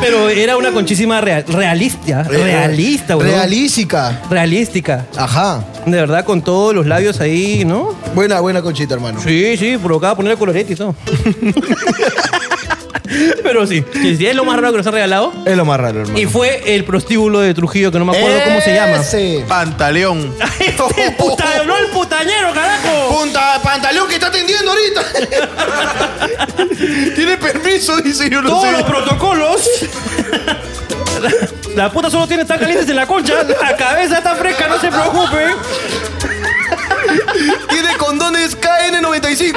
Pero era una conchísima real- realista. Realista, bro.
Realística.
Realística.
Ajá.
De verdad, con todos los labios ahí, ¿no?
Buena, buena conchita, hermano.
Sí, sí, provocaba ponerle colorete y todo. Pero sí, sí, sí, es lo más raro que nos han regalado.
Es lo más raro, hermano.
Y fue el prostíbulo de Trujillo, que no me acuerdo cómo se llama.
Pantaleón.
¡Este puta- no el putañero, carajo!
Punta pantalón que está tendiendo ahorita. Tiene permiso, dice yo no
Todos
sé.
los protocolos. La puta solo tiene tan calientes en la concha. La cabeza está fresca, no se preocupe.
Tiene condones KN95.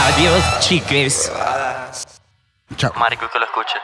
Adiós, chiques.
Chao.
Marico, que lo escuche.